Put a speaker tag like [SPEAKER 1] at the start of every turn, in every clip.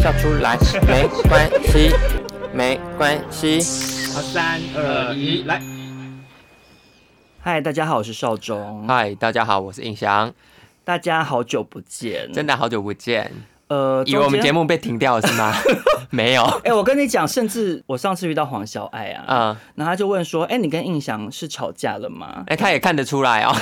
[SPEAKER 1] 笑出来没关系， 没关系。
[SPEAKER 2] 好，三二一，来！嗨，大家好，我是邵忠。
[SPEAKER 3] 嗨，大家好，我是印翔，
[SPEAKER 2] 大家好久不见，
[SPEAKER 3] 真的好久不见，
[SPEAKER 2] 呃，
[SPEAKER 3] 以为我们节
[SPEAKER 2] 目。
[SPEAKER 3] 目被停掉了是吗？没有，
[SPEAKER 2] 哎、我跟你讲，甚至我上次遇到黄小爱啊，
[SPEAKER 3] 嗯，
[SPEAKER 2] 然后他就问说：“哎、你跟印翔是吵架了吗
[SPEAKER 3] 哎、他也看得出来 哦，？”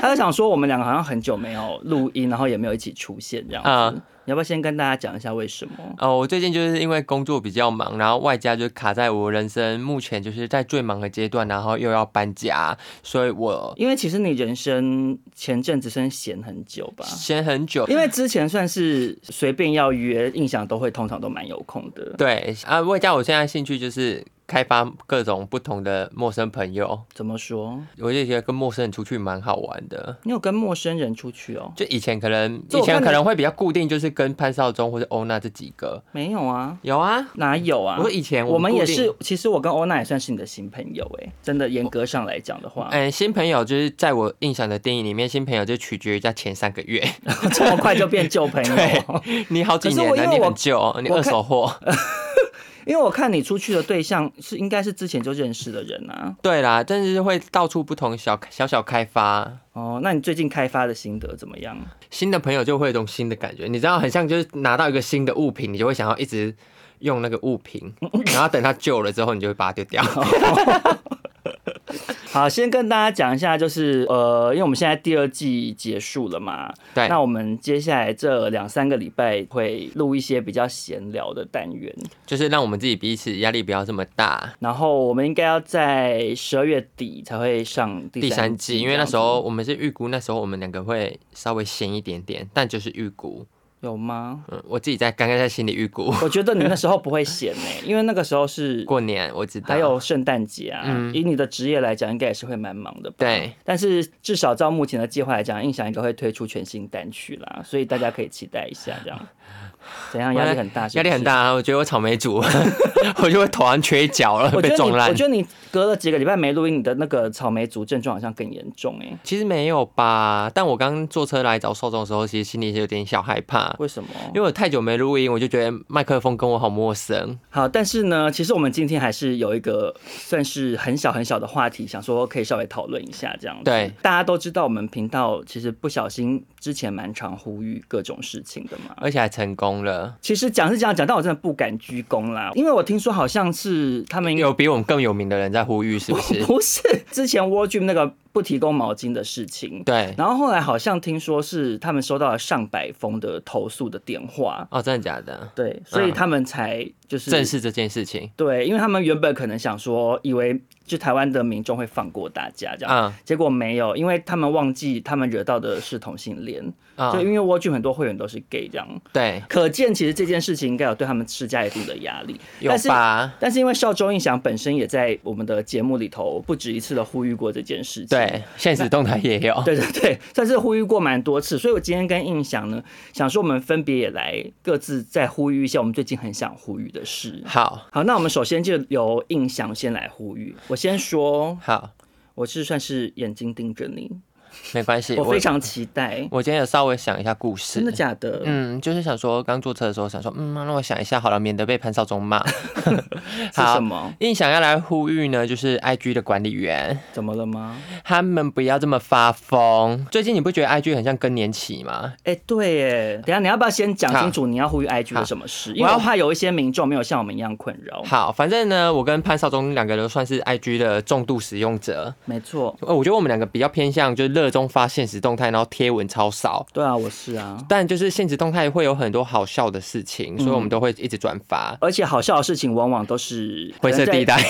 [SPEAKER 2] 他就想说我们两个好像很久没有录音，然后也没有一起出现这样子。
[SPEAKER 3] 嗯
[SPEAKER 2] 你要不要先跟大家讲一下为什么？
[SPEAKER 3] 哦，我最近就是因为工作比较忙，然后外加就卡在我人生目前就是在最忙的阶段，然后又要搬家，所以我
[SPEAKER 2] 因为其实你人生前阵子真的闲很久吧。
[SPEAKER 3] 闲很久。
[SPEAKER 2] 因为之前算是随便要约，印象都会通常都蛮有空的。
[SPEAKER 3] 对啊，外加我现在兴趣就是开发各种不同的陌生朋友，
[SPEAKER 2] 怎么说？
[SPEAKER 3] 我就觉得跟陌生人出去蛮好玩的。
[SPEAKER 2] 你有跟陌生人出去哦？
[SPEAKER 3] 就以前可能，
[SPEAKER 2] 这
[SPEAKER 3] 以
[SPEAKER 2] 我看
[SPEAKER 3] 前
[SPEAKER 2] 你
[SPEAKER 3] 可能会比较固定，就是跟潘少忠或者欧娜这几个。
[SPEAKER 2] 没有啊，
[SPEAKER 3] 有啊，
[SPEAKER 2] 哪有啊？
[SPEAKER 3] 我说以前
[SPEAKER 2] 我们也
[SPEAKER 3] 固定
[SPEAKER 2] 是，其实我跟欧娜也算是你的新朋友哎、真的严格上来讲的话，
[SPEAKER 3] 嗯，新朋友就是在我印象的定义里面，新朋友就取决于在前三个月。
[SPEAKER 2] 这么快就变旧朋
[SPEAKER 3] 对
[SPEAKER 2] 友。
[SPEAKER 3] 你好几
[SPEAKER 2] 可是
[SPEAKER 3] 年
[SPEAKER 2] 我
[SPEAKER 3] 了，
[SPEAKER 2] 因为
[SPEAKER 3] 你
[SPEAKER 2] 我
[SPEAKER 3] 很旧，哦你
[SPEAKER 2] 我
[SPEAKER 3] 二
[SPEAKER 2] 看
[SPEAKER 3] 手货。
[SPEAKER 2] 因为我看你出去的对象是应该是之前就认识的人啊。
[SPEAKER 3] 对啦，但是会到处不同小小小开发，
[SPEAKER 2] 哦，那你最近开发的心得怎么样？
[SPEAKER 3] 新的朋友就会有一种新的感觉，你知道，很像就是拿到一个新的物品，你就会想要一直用那个物 品，嗯然后等它旧了之后，你就会把它丢掉。
[SPEAKER 2] 好，先跟大家讲一下，就是呃，因为我们现在第二季结束了嘛，
[SPEAKER 3] 对
[SPEAKER 2] 那我们接下来这两三个礼拜会录一些比较闲聊的单元，
[SPEAKER 3] 就是让我们自己彼此压力不要这么大。
[SPEAKER 2] 然后我们应该要在十二月底才会上第
[SPEAKER 3] 第三季，因为那时
[SPEAKER 2] 这样子
[SPEAKER 3] 候我们是预估，那时候我们两个会稍微闲一点点，但就是预估。
[SPEAKER 2] 有吗？
[SPEAKER 3] 嗯，我自己在刚刚在心里预估
[SPEAKER 2] 我觉得你那时候不会闲呢、 因为那个时候是
[SPEAKER 3] 过年，我知道。
[SPEAKER 2] 还有圣诞节啊，
[SPEAKER 3] 嗯
[SPEAKER 2] 以你的职业来讲，应该也是会蛮忙的吧？
[SPEAKER 3] 对，
[SPEAKER 2] 但是至少照目前的计划来讲，印象应该会推出全新单曲啦，所以大家可以期待一下， 这样怎样？
[SPEAKER 3] 我
[SPEAKER 2] 压
[SPEAKER 3] 在
[SPEAKER 2] 力很大是不是
[SPEAKER 3] 压力很。大，我觉得我草莓组， 我就会头上缺角了，
[SPEAKER 2] 我觉
[SPEAKER 3] 被
[SPEAKER 2] 得
[SPEAKER 3] 撞
[SPEAKER 2] 你，
[SPEAKER 3] 烂
[SPEAKER 2] 我。觉得你隔了几个礼拜没录音，你的那个草莓族症状好像更严重哎、
[SPEAKER 3] 其实没有吧，但我刚坐车来找受众的时候，其实心里是有点小害怕，
[SPEAKER 2] 为什么？
[SPEAKER 3] 因为我太久没录音，我就觉得麦克风跟我好陌生。
[SPEAKER 2] 好，但是呢，其实我们今天还是有一个算是很小很小的话题，想说可以稍微讨论一下这样子。
[SPEAKER 3] 对，
[SPEAKER 2] 大家都知道我们频道其实不小心之前蛮常呼吁各种事情的嘛。
[SPEAKER 3] 而且还成功了，
[SPEAKER 2] 其实讲是讲讲，但我真的不敢鞠躬啦，因为我听说好像是他们应该
[SPEAKER 3] 有比我们更有名的人在呼吁，是不是？
[SPEAKER 2] 不是之前 w a r d r e a m 那个不提供毛巾的事情，
[SPEAKER 3] 对，
[SPEAKER 2] 然后后来好像听说是他们收到了上百封的投诉的电话，
[SPEAKER 3] 哦，真的假的？
[SPEAKER 2] 对，所以他们才就是
[SPEAKER 3] 嗯正视这件事情，
[SPEAKER 2] 对，因为他们原本可能想说，以为就台湾的民众会放过大家这样，
[SPEAKER 3] 嗯
[SPEAKER 2] 结果没有，因为他们忘记他们惹到的是同性恋，就
[SPEAKER 3] 嗯，
[SPEAKER 2] 因为 w a r d r e a m 很多会员都是 gay 这样，
[SPEAKER 3] 对，
[SPEAKER 2] 可见其实这件事情应该有对他们施加一定的压力，
[SPEAKER 3] 有
[SPEAKER 2] 但是
[SPEAKER 3] 吧？
[SPEAKER 2] 但是因为邵周印翔本身也在我们的节目里头不止一次的呼吁过这件事情，
[SPEAKER 3] 对，现实动态也有，
[SPEAKER 2] 对对对，算是呼吁过蛮多次，所以我今天跟印翔呢，想说我们分别也来各自再呼吁一下我们最近很想呼吁的事。
[SPEAKER 3] 好
[SPEAKER 2] 好，那我们首先就由印翔先来呼吁。我先说，
[SPEAKER 3] 好，
[SPEAKER 2] 我是算是眼睛盯着你，
[SPEAKER 3] 没关系，
[SPEAKER 2] 我非常期待，
[SPEAKER 3] 我今天有稍微想一下故事，
[SPEAKER 2] 真的假的？
[SPEAKER 3] 嗯，就是想说刚坐车的时候想说，嗯，那我想一下好了，免得被潘少忠骂。
[SPEAKER 2] 是什么？
[SPEAKER 3] 印象要来呼吁呢，就是 I G 的管理员，
[SPEAKER 2] 怎么了吗？
[SPEAKER 3] 他们不要这么发疯。最近你不觉得 I G 很像更年期吗？
[SPEAKER 2] 哎、对耶，等一下你要不要先讲清楚你要呼吁 IG 的什么事？因为
[SPEAKER 3] 我要
[SPEAKER 2] 我怕有一些民众没有像我们一样困扰。
[SPEAKER 3] 好，反正呢，我跟潘少忠两个都算是 I G 的重度使用者。
[SPEAKER 2] 没错，
[SPEAKER 3] 呃我觉得我们两个比较偏向就是热衷发现实动态，然后贴文超少。
[SPEAKER 2] 对啊，我是啊。
[SPEAKER 3] 但就是现实动态会有很多好笑的事情，所以
[SPEAKER 2] 嗯
[SPEAKER 3] 我们都会一直转发。
[SPEAKER 2] 而且好笑的事情往往都是
[SPEAKER 3] 灰色地带，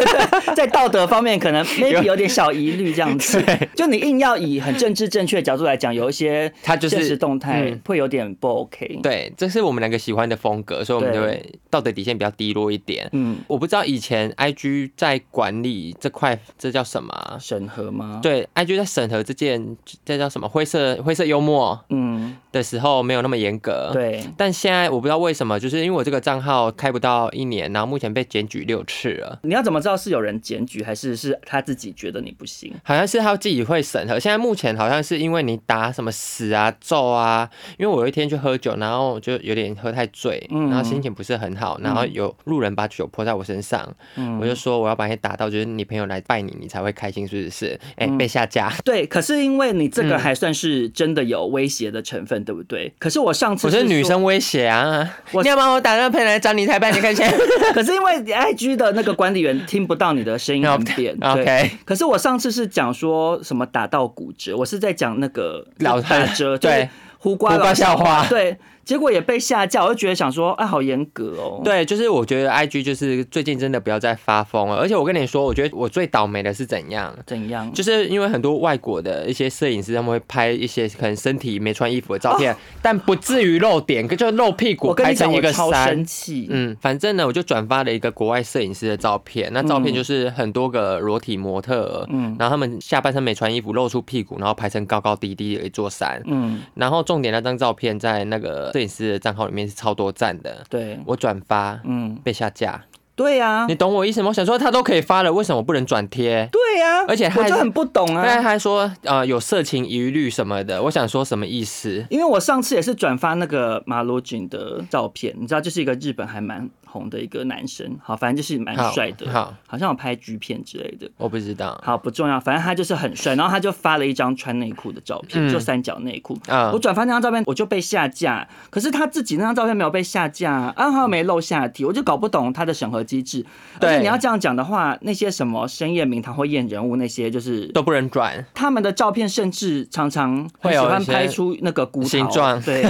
[SPEAKER 2] 在道德方面可能 maybe 有点小疑虑这样子
[SPEAKER 3] 对。
[SPEAKER 2] 就你硬要以很政治正确的角度来讲，有一些
[SPEAKER 3] 它就是
[SPEAKER 2] 现实动态
[SPEAKER 3] 嗯
[SPEAKER 2] 会有点不 OK。，
[SPEAKER 3] 对，这是我们两个喜欢的风格，所以我们
[SPEAKER 2] 对
[SPEAKER 3] 就会道德底线比较低落一点。
[SPEAKER 2] 嗯，
[SPEAKER 3] 我不知道以前 IG 在管理这块，这叫什么啊？
[SPEAKER 2] 审核吗？，
[SPEAKER 3] 对，IG 在审核这件这叫什么灰色灰色幽默
[SPEAKER 2] 嗯，
[SPEAKER 3] 的时候没有那么严格。。
[SPEAKER 2] 对，
[SPEAKER 3] 但现在我不知道为什么，就是因为我这个账号开不到一年，然后目前被检举六次了，
[SPEAKER 2] 你要怎么知道是有人检举，还是是他自己觉得你不行？
[SPEAKER 3] 好像是他自己会审核。现在目前好像是因为你打什么死啊咒啊，因为我有一天去喝酒，然后我就有点喝太醉，
[SPEAKER 2] 嗯
[SPEAKER 3] 然后心情不是很好，然后有路人把酒泼在我身上，
[SPEAKER 2] 嗯
[SPEAKER 3] 我就说我要把你打到，就是你朋友来拜你，你才会开心，是不是？哎、
[SPEAKER 2] 嗯
[SPEAKER 3] 被下架。
[SPEAKER 2] 对，可是因为你这个
[SPEAKER 3] 嗯
[SPEAKER 2] 还算是真的有威胁的成分，对不对？可是我上次
[SPEAKER 3] 我是
[SPEAKER 2] 说
[SPEAKER 3] 女，生威胁啊！
[SPEAKER 2] 我
[SPEAKER 3] 你要把我打到朋友来找你才拜，你看现在。
[SPEAKER 2] 可是因为 IG 的那个管理员听不到你的声音 很扁 对嗯
[SPEAKER 3] OK
[SPEAKER 2] 可是我上次是讲说什么打到骨折，我是在讲那个
[SPEAKER 3] 老
[SPEAKER 2] 打折，就是
[SPEAKER 3] 对
[SPEAKER 2] 胡瓜
[SPEAKER 3] 胡瓜
[SPEAKER 2] 老
[SPEAKER 3] 笑话
[SPEAKER 2] 对，结果也被下架，我就觉得想说，哎，好严格哦。，
[SPEAKER 3] 对，就是我觉得 I G 就是最近真的不要再发疯了，而且我跟你说，我觉得我最倒霉的是怎样？
[SPEAKER 2] 怎样？
[SPEAKER 3] 就是因为很多外国的一些摄影师，他们会拍一些可能身体没穿衣服的照片，但不至于露点，就露屁股
[SPEAKER 2] 哦我跟
[SPEAKER 3] 拍
[SPEAKER 2] 你讲，
[SPEAKER 3] 成一
[SPEAKER 2] 我
[SPEAKER 3] 个
[SPEAKER 2] 超生
[SPEAKER 3] 山。
[SPEAKER 2] 气。
[SPEAKER 3] 嗯，反正呢，我就转发了一个国外摄影师的照片，那照片就是很多个裸体模特儿，
[SPEAKER 2] 嗯
[SPEAKER 3] 然后他们下半身没穿衣服，露出屁股，然后拍成高高低低的一座山。
[SPEAKER 2] 嗯，
[SPEAKER 3] 然后重点那张照片在那个摄影师的账号里面是超多赞的，
[SPEAKER 2] 对，
[SPEAKER 3] 我转发
[SPEAKER 2] 嗯，
[SPEAKER 3] 被下架。
[SPEAKER 2] 对啊呀、
[SPEAKER 3] 你懂我意思吗？我想说他都可以发了，为什么我不能转贴？
[SPEAKER 2] 对呀、
[SPEAKER 3] 而且他
[SPEAKER 2] 我
[SPEAKER 3] 还
[SPEAKER 2] 就是很不懂
[SPEAKER 3] 但他
[SPEAKER 2] 啊，
[SPEAKER 3] 还说呃有色情疑虑什么的，我想说什么意思？
[SPEAKER 2] 因为我上次也是转发那个马罗锦的照片，你知道，就是一个日本还蛮红的一个男生，好，反正就是蛮
[SPEAKER 3] 好
[SPEAKER 2] 帅的，
[SPEAKER 3] 好，
[SPEAKER 2] 好像有拍 G 片之类的。
[SPEAKER 3] 我不知道。
[SPEAKER 2] 好，不重要，反正他就是很帅，然后他就发了一张穿内裤的照片，
[SPEAKER 3] 嗯
[SPEAKER 2] 就三角内裤。
[SPEAKER 3] 啊
[SPEAKER 2] 我转发那张照片，我就被下架。可是他自己那张照片没有被下架，啊暗号没露下体，我就搞不懂他的审核机制。而且
[SPEAKER 3] 对
[SPEAKER 2] 你要这样讲的话，那些什么深夜名堂或验人物那些，就是
[SPEAKER 3] 都不能转，
[SPEAKER 2] 他们的照片甚至常常很喜欢拍出那个骨头
[SPEAKER 3] 形状
[SPEAKER 2] 对，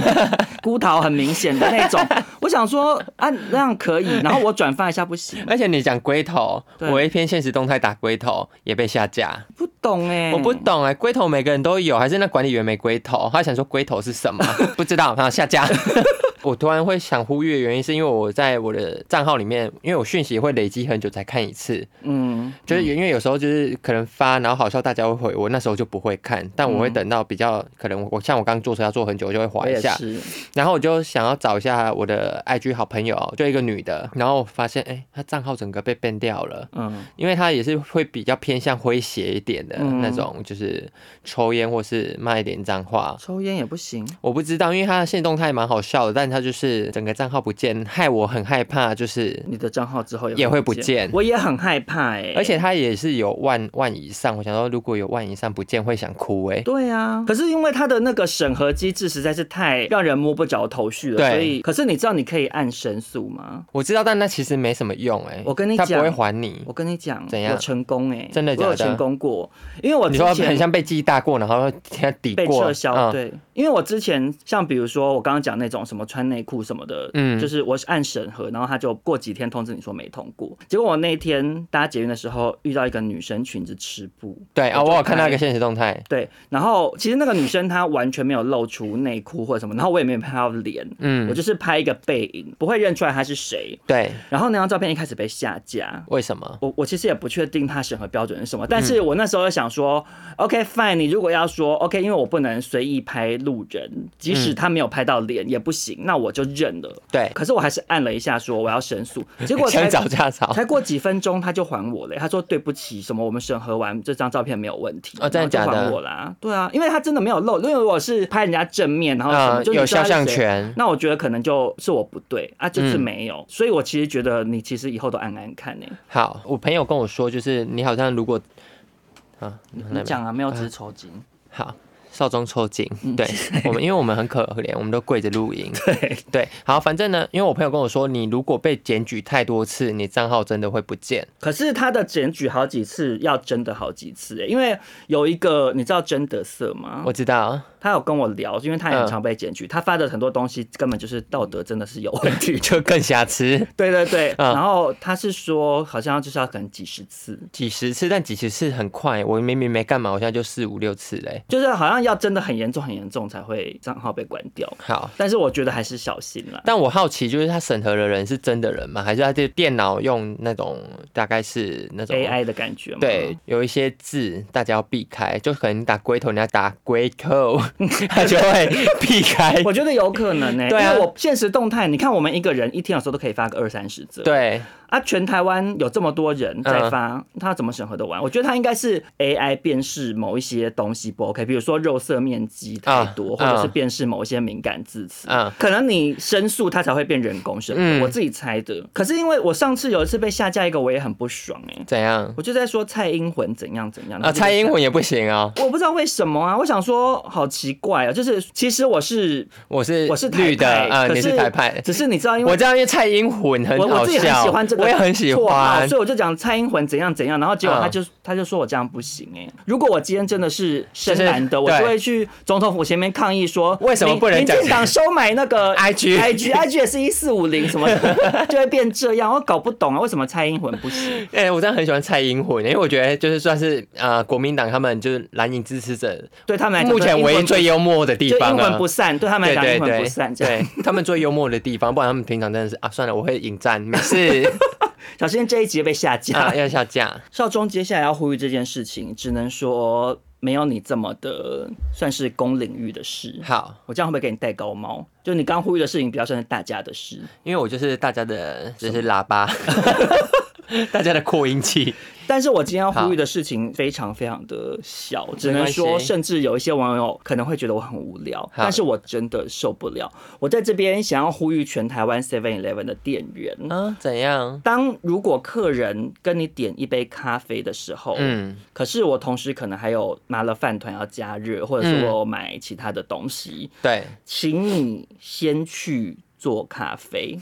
[SPEAKER 2] 骨头很明显的那种。我想说啊，那样可 以，然后我转发一下不行，
[SPEAKER 3] 而且你讲龟头，
[SPEAKER 2] 对
[SPEAKER 3] 我一篇现实动态打龟头也被下架，
[SPEAKER 2] 不懂哎、
[SPEAKER 3] 我不懂哎、龟头每个人都有，还是那管理员没龟头？他想说龟头是什么？ 不知道，好下架。 我突然会想忽略，原因是因为我在我的账号里面，因为我讯息会累积很久才看一次，
[SPEAKER 2] 嗯，
[SPEAKER 3] 就是因为有时候就是可能发，然后好笑大家会回我，那时候就不会看，但我会等到比较可能我像我刚坐车要坐很久，我就会
[SPEAKER 2] 嗯我
[SPEAKER 3] 滑
[SPEAKER 2] 也
[SPEAKER 3] 一下，
[SPEAKER 2] 是，
[SPEAKER 3] 然后我就想要找一下我的 IG 好朋友，就一个女的，然后我发现哎、她账号整个被 ban 掉了。
[SPEAKER 2] 嗯
[SPEAKER 3] 因为她也是会比较偏向诙谐一点的
[SPEAKER 2] 嗯
[SPEAKER 3] 那种，就是抽烟或是骂一点脏话，
[SPEAKER 2] 抽烟也不行，
[SPEAKER 3] 我不知道，因为她的现动态蛮好笑的，但她就是整个账号不见，害我很害怕，就是
[SPEAKER 2] 你的账号之后
[SPEAKER 3] 也
[SPEAKER 2] 会
[SPEAKER 3] 会不见
[SPEAKER 2] 我也很害怕哎、
[SPEAKER 3] 而且他也是有万万以上，我想说如果有万以上不见会想哭哎、
[SPEAKER 2] 对啊，可是因为他的那个审核机制实在是太让人摸不着头绪了，
[SPEAKER 3] 对
[SPEAKER 2] 所以可是你知道你可以按申诉吗？
[SPEAKER 3] 我知道，但那其实没什么用哎、
[SPEAKER 2] 我跟你
[SPEAKER 3] 他
[SPEAKER 2] 讲
[SPEAKER 3] 不会还你
[SPEAKER 2] 我。跟你讲，
[SPEAKER 3] 怎样
[SPEAKER 2] 我成功哎、
[SPEAKER 3] 真的假的
[SPEAKER 2] 我有成功过，因为我
[SPEAKER 3] 你
[SPEAKER 2] 之
[SPEAKER 3] 说
[SPEAKER 2] 前
[SPEAKER 3] 很像被记大过，然后他抵
[SPEAKER 2] 被
[SPEAKER 3] 过
[SPEAKER 2] 撤销，
[SPEAKER 3] 嗯
[SPEAKER 2] 对，因为我之前像比如说我刚刚讲那种什么穿内裤什么的，嗯，
[SPEAKER 3] 嗯
[SPEAKER 2] 就是我是按审核，然后他就过几天通知你说没通过。结果我那一天搭捷运的时候遇到一个女生裙子吃布，
[SPEAKER 3] 对啊、
[SPEAKER 2] 我就
[SPEAKER 3] 我有看到一
[SPEAKER 2] 拍
[SPEAKER 3] 个现实动态，
[SPEAKER 2] 对，然后其实那个女生她完全没有露出内裤或者什么，然后我也没有拍到脸，
[SPEAKER 3] 嗯
[SPEAKER 2] 我就是拍一个背影，不会认出来她是谁。
[SPEAKER 3] 对，
[SPEAKER 2] 然后那张照片一开始被下架，
[SPEAKER 3] 为什么？
[SPEAKER 2] 我我其实也不确定他审核标准是什么，但
[SPEAKER 3] 嗯
[SPEAKER 2] 是我那时候就想说、o k fine，你如果要说 OK，因为我不能随意拍路人，即
[SPEAKER 3] 嗯
[SPEAKER 2] 使他没有拍到脸也不行，那我就认了。
[SPEAKER 3] 对，
[SPEAKER 2] 可是我还是按了一下，说我要 申诉，结果才
[SPEAKER 3] 先找架吵
[SPEAKER 2] 才过几分钟他就还我了，他说对不起，什么我们审核完这张照片没有问题，
[SPEAKER 3] 哦真的
[SPEAKER 2] 然后就
[SPEAKER 3] 假的
[SPEAKER 2] 还我啦，对啊，因为他真的没有露，因为我是拍人家正面，然后什
[SPEAKER 3] 嗯
[SPEAKER 2] 么、就你
[SPEAKER 3] 有
[SPEAKER 2] 知道
[SPEAKER 3] 肖
[SPEAKER 2] 他是
[SPEAKER 3] 像
[SPEAKER 2] 谁
[SPEAKER 3] 权
[SPEAKER 2] 那我觉得可能就是我不对啊，这次
[SPEAKER 3] 嗯
[SPEAKER 2] 没有，所以我其实觉得你其实以后都按按看呢、
[SPEAKER 3] 好，我朋友跟我说，就是你好像如果啊，嗯
[SPEAKER 2] 你讲啊，没有只是抽筋。
[SPEAKER 3] 好，少中抽筋，对我们，因为我们很可怜，我们都跪着录音。
[SPEAKER 2] 对，
[SPEAKER 3] 对，好，反正呢，因为我朋友跟我说，你如果被检举太多次，你账号真的会不见。
[SPEAKER 2] 可是他的检举好几次，要真的好几次、欸，因为有一个你知道真的色吗？
[SPEAKER 3] 我知嗯道，
[SPEAKER 2] 他有跟我聊，因为他也很常被检举，他发的很多东西根本就是道德真的是有问 题。
[SPEAKER 3] 就更瑕疵
[SPEAKER 2] 对对对，
[SPEAKER 3] 嗯
[SPEAKER 2] 然后他是说好像就是要可能几十次，
[SPEAKER 3] 几十次，但几十次很快，我明明没干嘛，我现在就四五六次嘞。
[SPEAKER 2] 就是好像要真的很严重很严重才会账号被关掉。
[SPEAKER 3] 好，
[SPEAKER 2] 但是我觉得还是小心啦。
[SPEAKER 3] 但我好奇，就是他审核的人是真的人吗？还是他这电脑用那种大概是那种
[SPEAKER 2] AI 的感觉嘛，
[SPEAKER 3] 对，有一些字大家要避开，就可能你打龟头，你要打龟头， 他就会避开。
[SPEAKER 2] 我觉得有可能呢、
[SPEAKER 3] 对啊
[SPEAKER 2] 因为我现实动态，你看我们一个人一天有时候都可以发个二三十则，
[SPEAKER 3] 对，嗯
[SPEAKER 2] 啊，全台湾有这么多人在发，他怎么审核得完？我觉得他应该是 AI 辨识某一些东西不 OK，比如说肉色面积太多，
[SPEAKER 3] 啊
[SPEAKER 2] 或者是辨识某一些敏感字词，
[SPEAKER 3] 嗯
[SPEAKER 2] 可能你申诉它才会变人工审核，
[SPEAKER 3] 嗯
[SPEAKER 2] 我自己猜的。可是因为我上次有一次被下架一个，我也很不爽哎、
[SPEAKER 3] 怎样
[SPEAKER 2] 我就在说蔡英文怎样怎样
[SPEAKER 3] 啊？蔡英。
[SPEAKER 2] 然后就被下
[SPEAKER 3] 文也不行啊、
[SPEAKER 2] 我不知道为什么啊，我想说好奇怪啊，就是其实我是
[SPEAKER 3] 我是
[SPEAKER 2] 我是台
[SPEAKER 3] 绿的
[SPEAKER 2] 派
[SPEAKER 3] 啊、
[SPEAKER 2] 可
[SPEAKER 3] 你是台派。
[SPEAKER 2] 只是你知道因为
[SPEAKER 3] 我知道，因为蔡英文很
[SPEAKER 2] 我
[SPEAKER 3] 好
[SPEAKER 2] 我自己很
[SPEAKER 3] 笑，
[SPEAKER 2] 喜欢这个，
[SPEAKER 3] 我也很喜欢
[SPEAKER 2] 所。以我就讲蔡英文怎样怎样，然后结果
[SPEAKER 3] 嗯
[SPEAKER 2] 他就、他就说我这样不行哎、如果我今天真的是深
[SPEAKER 3] 就是
[SPEAKER 2] 蓝的，我就
[SPEAKER 3] 嗯对
[SPEAKER 2] 会去总统府前面抗议说，
[SPEAKER 3] 为什么
[SPEAKER 2] 民
[SPEAKER 3] 不能讲
[SPEAKER 2] 民进党收买那 个
[SPEAKER 3] IG
[SPEAKER 2] IG IG 也是一四五零什么 的，就会变这样，我搞不懂啊，为什么蔡英文不行？
[SPEAKER 3] 哎、我真的很喜欢蔡英文，因为我觉得就是算是呃国民党他们就是蓝营支持者，
[SPEAKER 2] 对他们来讲，
[SPEAKER 3] 目前唯一最
[SPEAKER 2] 优
[SPEAKER 3] 幽默的地
[SPEAKER 2] 就
[SPEAKER 3] 方啊
[SPEAKER 2] 英文
[SPEAKER 3] 了
[SPEAKER 2] 不。善，对他们
[SPEAKER 3] 对
[SPEAKER 2] 来讲
[SPEAKER 3] 对
[SPEAKER 2] 英文不
[SPEAKER 3] 对，
[SPEAKER 2] 善，这样
[SPEAKER 3] 对 他们最幽默的地方，不然他们平常真的是啊，算了，我会引战，没 事
[SPEAKER 2] 小心这一集被下架。
[SPEAKER 3] 啊，要下架。
[SPEAKER 2] 少中接下来要呼吁这件事情，只能说没有你这么的算是公领域的事。
[SPEAKER 3] 好，
[SPEAKER 2] 我这样会不会给你戴高帽？就你刚呼吁的事情比较算是大家的事，
[SPEAKER 3] 因为我就是大家的，就是喇叭， 大家的扩音 器。
[SPEAKER 2] 但是我今天要呼吁的事情非常非常的小，只能说，甚至有一些网友可能会觉得我很无聊，但是我真的受不了。我在这边想要呼吁全台湾 Seven Eleven 的店员。
[SPEAKER 3] 嗯，怎样？
[SPEAKER 2] 当如果客人跟你点一杯咖啡的时候，
[SPEAKER 3] 嗯，
[SPEAKER 2] 可是我同时可能还有拿了饭团要加热，或者是
[SPEAKER 3] 嗯
[SPEAKER 2] 我有买其他的东西，
[SPEAKER 3] 对，
[SPEAKER 2] 请你先去做咖啡，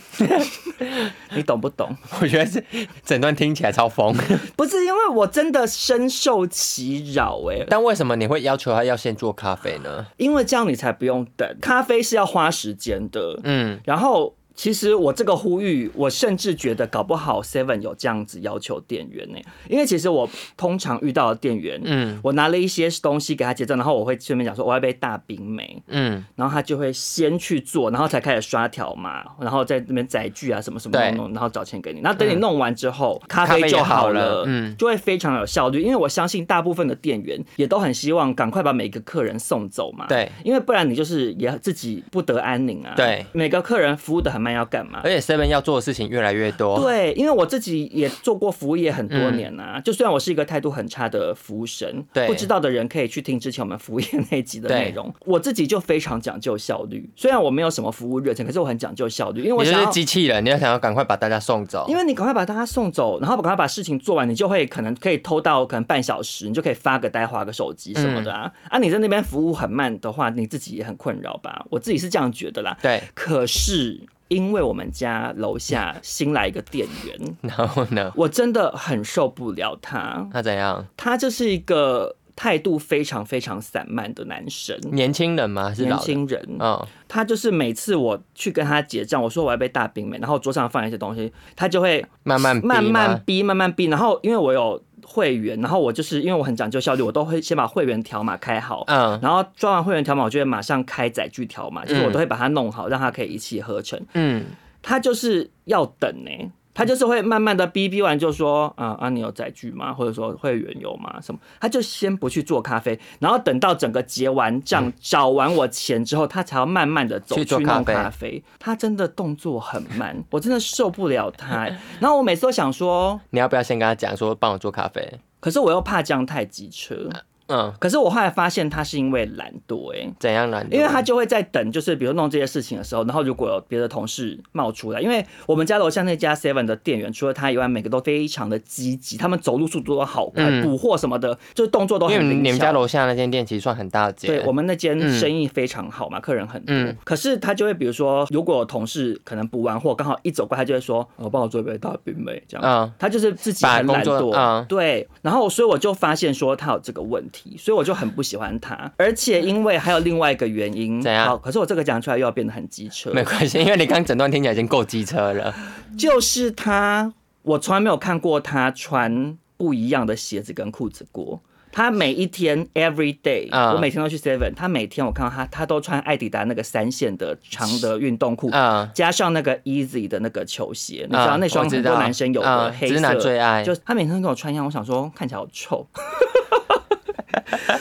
[SPEAKER 2] 你懂不懂？
[SPEAKER 3] 我觉得是整段听起来超 疯。
[SPEAKER 2] 不是因为我真的深受其扰哎、
[SPEAKER 3] 但为什么你会要求他要先做咖啡呢？
[SPEAKER 2] 因为这样你才不用等，咖啡是要花时间的。
[SPEAKER 3] 嗯，
[SPEAKER 2] 然后其实我这个呼吁，我甚至觉得搞不好 Seven 有这样子要求店员呢、因为其实我通常遇到的店员，
[SPEAKER 3] 嗯
[SPEAKER 2] 嗯，我拿了一些东西给他结账，然后我会顺便讲说我要一杯大冰梅，
[SPEAKER 3] 嗯，
[SPEAKER 2] 然后他就会先去做，然后才开始刷条码，然后在那边载具啊什么什么
[SPEAKER 3] 对嗯
[SPEAKER 2] 弄弄，然后找钱给你。然后等你弄完之后，咖
[SPEAKER 3] 咖啡
[SPEAKER 2] 啡
[SPEAKER 3] 也
[SPEAKER 2] 就
[SPEAKER 3] 好
[SPEAKER 2] 好
[SPEAKER 3] 了
[SPEAKER 2] 了，
[SPEAKER 3] 嗯
[SPEAKER 2] 就会非常有效率。因为我相信大部分的店员也都很希望赶快把每个客人送走嘛，
[SPEAKER 3] 对，
[SPEAKER 2] 因为不然你就是也自己不得安宁啊。
[SPEAKER 3] 对
[SPEAKER 2] 每个客人服务的很慢，要干嘛
[SPEAKER 3] 而？且 Seven 要做的事情越来越多。，
[SPEAKER 2] 对，因为我自己也做过服务业很多年啊，就虽然我是一个态度很差的服务生，
[SPEAKER 3] 嗯对
[SPEAKER 2] 不知道的人可以去听之前我们服务业那一集的
[SPEAKER 3] 对
[SPEAKER 2] 内容。我自己就非常讲究效率，虽然我没有什么服务热忱，可是我很讲究效率，因为我
[SPEAKER 3] 你就
[SPEAKER 2] 想
[SPEAKER 3] 是
[SPEAKER 2] 要。
[SPEAKER 3] 机器人，你要想要赶快把大家送走。
[SPEAKER 2] 因为你赶快把大家送走，然后赶快把事情做完，你就会可能可以偷到可能半小时，你就可以发个呆、划个手机什么的啊。
[SPEAKER 3] 嗯
[SPEAKER 2] 啊，你在那边服务很慢的话，你自己也很困扰吧？我自己是这样觉得啦。
[SPEAKER 3] 对，
[SPEAKER 2] 可是因为我们家楼下新来一个店员，
[SPEAKER 3] 然后呢？
[SPEAKER 2] 我真的很受不了他，
[SPEAKER 3] 那怎样？
[SPEAKER 2] 他就是一个态度非常非常散漫的男生。
[SPEAKER 3] 年轻人吗？还是
[SPEAKER 2] 年
[SPEAKER 3] 老人？
[SPEAKER 2] 轻人，
[SPEAKER 3] 嗯，
[SPEAKER 2] 他就是每次我去跟他结账，我说我要杯大冰美，然后桌上放一些东西，他就会
[SPEAKER 3] 慢慢嗯逼吗
[SPEAKER 2] 慢慢逼，慢慢逼。然后因为我有会员，然后我就是因为我很讲究效率，我都会先把会员条码开好，
[SPEAKER 3] 嗯
[SPEAKER 2] 然后抓完会员条码，我就会马上开载具条码，就是我都会把它弄好，让它可以一气呵成。
[SPEAKER 3] 嗯，
[SPEAKER 2] 他就是要等呢、他就是会慢慢的逼逼完就说，啊啊，你有载具吗？或者说会员有吗？什么？他就先不去做咖啡，然后等到整个结完账、找完我钱之后，他才要慢慢的走
[SPEAKER 3] 嗯去做
[SPEAKER 2] 弄
[SPEAKER 3] 咖
[SPEAKER 2] 咖
[SPEAKER 3] 啡
[SPEAKER 2] 啡。他真的动作很慢， 我真的受不了他欸、然后我每次都想说，
[SPEAKER 3] 你要不要先跟他讲说帮我做咖啡？
[SPEAKER 2] 可是我又怕这样太机车，
[SPEAKER 3] 嗯，
[SPEAKER 2] 可是我后来发现他是因为懒惰、欸，
[SPEAKER 3] 怎样懒惰？
[SPEAKER 2] 因为他就会在等，就是比如弄这些事情的时候，然后如果有别的同事冒出来，因为我们家楼下那家 Seven 的店员，除了他以外，每个都非常的积极，他们走路速度都好快，
[SPEAKER 3] 嗯
[SPEAKER 2] 补货什么的，就是动作都很
[SPEAKER 3] 因为
[SPEAKER 2] 灵
[SPEAKER 3] 你们
[SPEAKER 2] 巧
[SPEAKER 3] 家楼下那间店其实算很大的间，
[SPEAKER 2] 对我们那间
[SPEAKER 3] 嗯
[SPEAKER 2] 生意非常好嘛，客人很多。
[SPEAKER 3] 嗯
[SPEAKER 2] 可是他就会比如说，如果有同事可能补完货，刚好一走过，他就会说：“哦，帮我做一杯大冰美。”这样。
[SPEAKER 3] 嗯
[SPEAKER 2] 他就是自己很懒
[SPEAKER 3] 把工
[SPEAKER 2] 惰，
[SPEAKER 3] 作嗯
[SPEAKER 2] 对。然后，所以我就发现说他有这个问题，所以我就很不喜欢他。而且因为还有另外一个原因，
[SPEAKER 3] 嗯怎样
[SPEAKER 2] 好，可是我这个讲出来又要变得很机车，
[SPEAKER 3] 没关系，因为你刚整段听起来已经够机车了。
[SPEAKER 2] 就是他，我从来没有看过他穿不一样的鞋子跟裤子过。他每一天 every day，、
[SPEAKER 3] 啊
[SPEAKER 2] 我每天都去 Seven，他每天我看到他，他都穿艾迪达那个三线的长的运动裤。
[SPEAKER 3] 嗯，
[SPEAKER 2] 加上那个 Easy 的那个球鞋，你知道
[SPEAKER 3] 啊
[SPEAKER 2] 那双
[SPEAKER 3] 我知
[SPEAKER 2] 很
[SPEAKER 3] 道
[SPEAKER 2] 多男生有的
[SPEAKER 3] 啊
[SPEAKER 2] 黑
[SPEAKER 3] 直男
[SPEAKER 2] 色，
[SPEAKER 3] 最爱
[SPEAKER 2] 就他每天都跟我穿一样，我想说看起来好臭，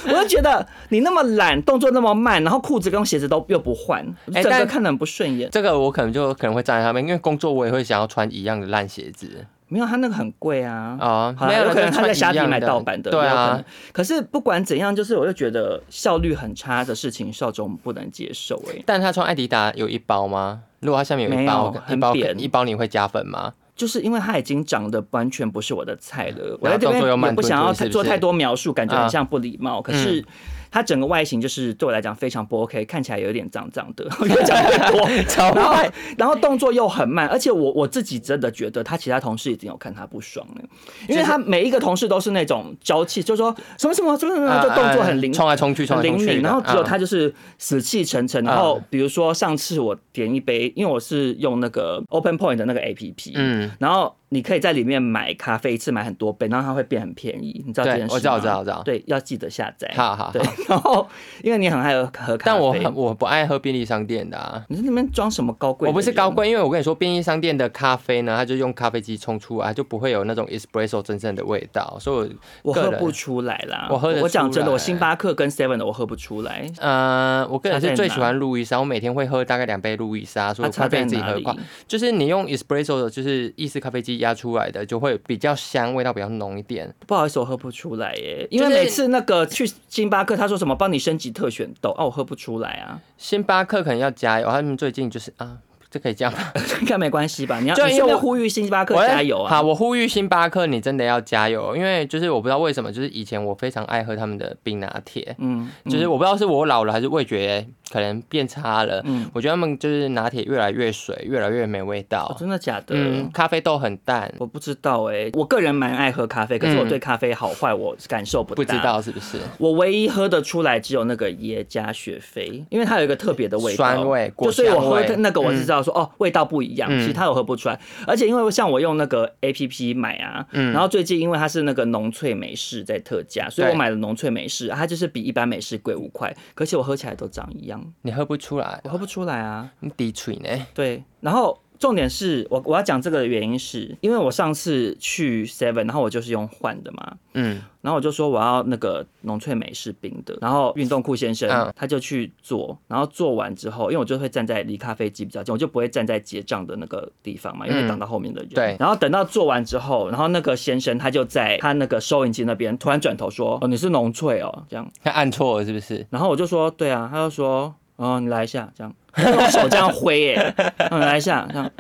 [SPEAKER 2] 我就觉得你那么懒，动作那么慢，然后裤子跟鞋子都又不换，
[SPEAKER 3] 哎
[SPEAKER 2] 整个
[SPEAKER 3] 但
[SPEAKER 2] 看得很不顺眼。
[SPEAKER 3] 这个我可能就可能会站在他们，因为工作我也会想要穿一样的烂鞋子
[SPEAKER 2] 没有，他那个很贵啊。
[SPEAKER 3] 啊，
[SPEAKER 2] 好啦有可能他在虾皮买盗版的，
[SPEAKER 3] 对
[SPEAKER 2] 也有可
[SPEAKER 3] 啊
[SPEAKER 2] 能，。可是不管怎样，就是我就觉得效率很差的事情，少总不能接受、哎，
[SPEAKER 3] 但他穿艾迪达有一包吗？如果他下面有一包
[SPEAKER 2] 没有，
[SPEAKER 3] 一
[SPEAKER 2] 很
[SPEAKER 3] 包
[SPEAKER 2] 扁
[SPEAKER 3] 一包你会加分吗？
[SPEAKER 2] 就是因为他已经长得完全不是我的菜了，我
[SPEAKER 3] 嗯然
[SPEAKER 2] 在
[SPEAKER 3] 后
[SPEAKER 2] 这
[SPEAKER 3] 动作又
[SPEAKER 2] 边也
[SPEAKER 3] 慢
[SPEAKER 2] 不想要
[SPEAKER 3] 吞吞是不是啊嗯
[SPEAKER 2] 做太多描述，感觉很像不礼貌。可是他整个外形就是对我来讲非常不 OK，看起来有点脏脏的， 我越讲越多。
[SPEAKER 3] 超
[SPEAKER 2] 然后
[SPEAKER 3] 坏，
[SPEAKER 2] 然后动作又很慢，而且我我自己真的觉得他其他同事已经有看他不爽了，因为他每一个同事都是那种娇气，就说什么什么什么什么，就动作很灵
[SPEAKER 3] 呃冲来冲去，冲
[SPEAKER 2] 很
[SPEAKER 3] 来啊冲
[SPEAKER 2] 灵
[SPEAKER 3] 去的，
[SPEAKER 2] 敏，然后只有
[SPEAKER 3] 嗯
[SPEAKER 2] 他就是死气沉沉。然后比如说上次我点一杯，因为我是用那个 Open Point 的那个 A P P，
[SPEAKER 3] 嗯
[SPEAKER 2] 然后你可以在里面买咖啡，一次买很多杯，然后它会变很便宜，你知道这
[SPEAKER 3] 对
[SPEAKER 2] 件事吗
[SPEAKER 3] 我知道我知道我知道
[SPEAKER 2] 对，要记得下载。
[SPEAKER 3] 好好好
[SPEAKER 2] 对，然后因为你很爱喝喝咖啡，
[SPEAKER 3] 但我很我不爱喝便利商店的啊。
[SPEAKER 2] 你在那边装什么高贵？
[SPEAKER 3] 我不是高。贵，因为我跟你说，便利商店的咖啡呢，它就用咖啡机冲出来，它就不会有那种 espresso 真正的味道，所以
[SPEAKER 2] 我
[SPEAKER 3] 个
[SPEAKER 2] 喝
[SPEAKER 3] 人
[SPEAKER 2] 不出来啦，
[SPEAKER 3] 我喝得
[SPEAKER 2] 我讲真的，
[SPEAKER 3] 出来
[SPEAKER 2] 我星巴克跟 Seven 的我喝不出来，
[SPEAKER 3] 呃，我个人
[SPEAKER 2] 差在
[SPEAKER 3] 是最
[SPEAKER 2] 哪
[SPEAKER 3] 喜欢路易莎，我每天会喝大概两杯路易莎，所以
[SPEAKER 2] 它
[SPEAKER 3] 我咖
[SPEAKER 2] 啊差在
[SPEAKER 3] 啡自己
[SPEAKER 2] 哪
[SPEAKER 3] 喝
[SPEAKER 2] 里？
[SPEAKER 3] 快。就是你用 espresso 的，就是意式咖啡机压出来的，就会比较香，味道比较浓一点。
[SPEAKER 2] 不好意思，我喝不出来耶，因为
[SPEAKER 3] 就是
[SPEAKER 2] 每次那个去星巴克，他说什么帮你升级特选豆，哦、我喝不出来啊，
[SPEAKER 3] 星巴克可能要加油，他们最近就是啊，这可以这样吗？
[SPEAKER 2] 应该没关系吧？你要
[SPEAKER 3] 就
[SPEAKER 2] 你
[SPEAKER 3] 因为
[SPEAKER 2] 顺便
[SPEAKER 3] 我
[SPEAKER 2] 呼吁星巴克
[SPEAKER 3] 我在
[SPEAKER 2] 加油啊
[SPEAKER 3] 好，！我呼吁星巴克，你真的要加油，因为就是我不知道为什么，就是以前我非常爱喝他们的冰拿铁，
[SPEAKER 2] 嗯，
[SPEAKER 3] 就是我不知道是我老了还是味觉可能变差了，
[SPEAKER 2] 嗯
[SPEAKER 3] 我觉得他们就是拿铁越来越水，越来越没味道
[SPEAKER 2] 哦，，真的假的？
[SPEAKER 3] 嗯，咖啡豆很淡，
[SPEAKER 2] 我不知道哎、我个人蛮爱喝咖啡，可是我
[SPEAKER 3] 嗯
[SPEAKER 2] 对咖啡好坏我感受不
[SPEAKER 3] 不
[SPEAKER 2] 不
[SPEAKER 3] 知。道是不是
[SPEAKER 2] 我唯一喝得出来只有那个椰加雪菲，因为它有一个特别的味道，
[SPEAKER 3] 酸味
[SPEAKER 2] 就
[SPEAKER 3] 果
[SPEAKER 2] 所以我喝
[SPEAKER 3] 香味
[SPEAKER 2] 那个我是
[SPEAKER 3] 嗯
[SPEAKER 2] 知道说、哦味道不一样，
[SPEAKER 3] 嗯
[SPEAKER 2] 其他我喝不出来。而且因为像我用那个 A P P 买啊，
[SPEAKER 3] 嗯
[SPEAKER 2] 然后最近因为它是那个浓萃美式在特价，所以
[SPEAKER 3] 对
[SPEAKER 2] 我买了浓萃美式，它就是比一般美式贵五块，可是我喝起来都长一样，
[SPEAKER 3] 你喝不出来
[SPEAKER 2] 我，喝不出来啊。
[SPEAKER 3] 你滴水呢？
[SPEAKER 2] 对，然后重点是我我要讲这个的原因是，因为我上次去 Seven，然后我就是用换的嘛，
[SPEAKER 3] 嗯，
[SPEAKER 2] 然后我就说我要那个浓萃美式冰的，然后运动裤先生、
[SPEAKER 3] 嗯
[SPEAKER 2] 他就去做，然后做完之后，因为我就会站在离咖啡机比较近，我就不会站在结账的那个地方嘛，因为
[SPEAKER 3] 嗯
[SPEAKER 2] 挡到后面的人。
[SPEAKER 3] 对
[SPEAKER 2] 然后等到做完之后，然后那个先生他就在他那个收银机那边突然转头说：“哦，你是浓萃哦，这样。”
[SPEAKER 3] 他按错了是不是？
[SPEAKER 2] 然后我就说对啊，他就说哦，你来一下这样，用手这样挥耶、嗯，你来一下这样，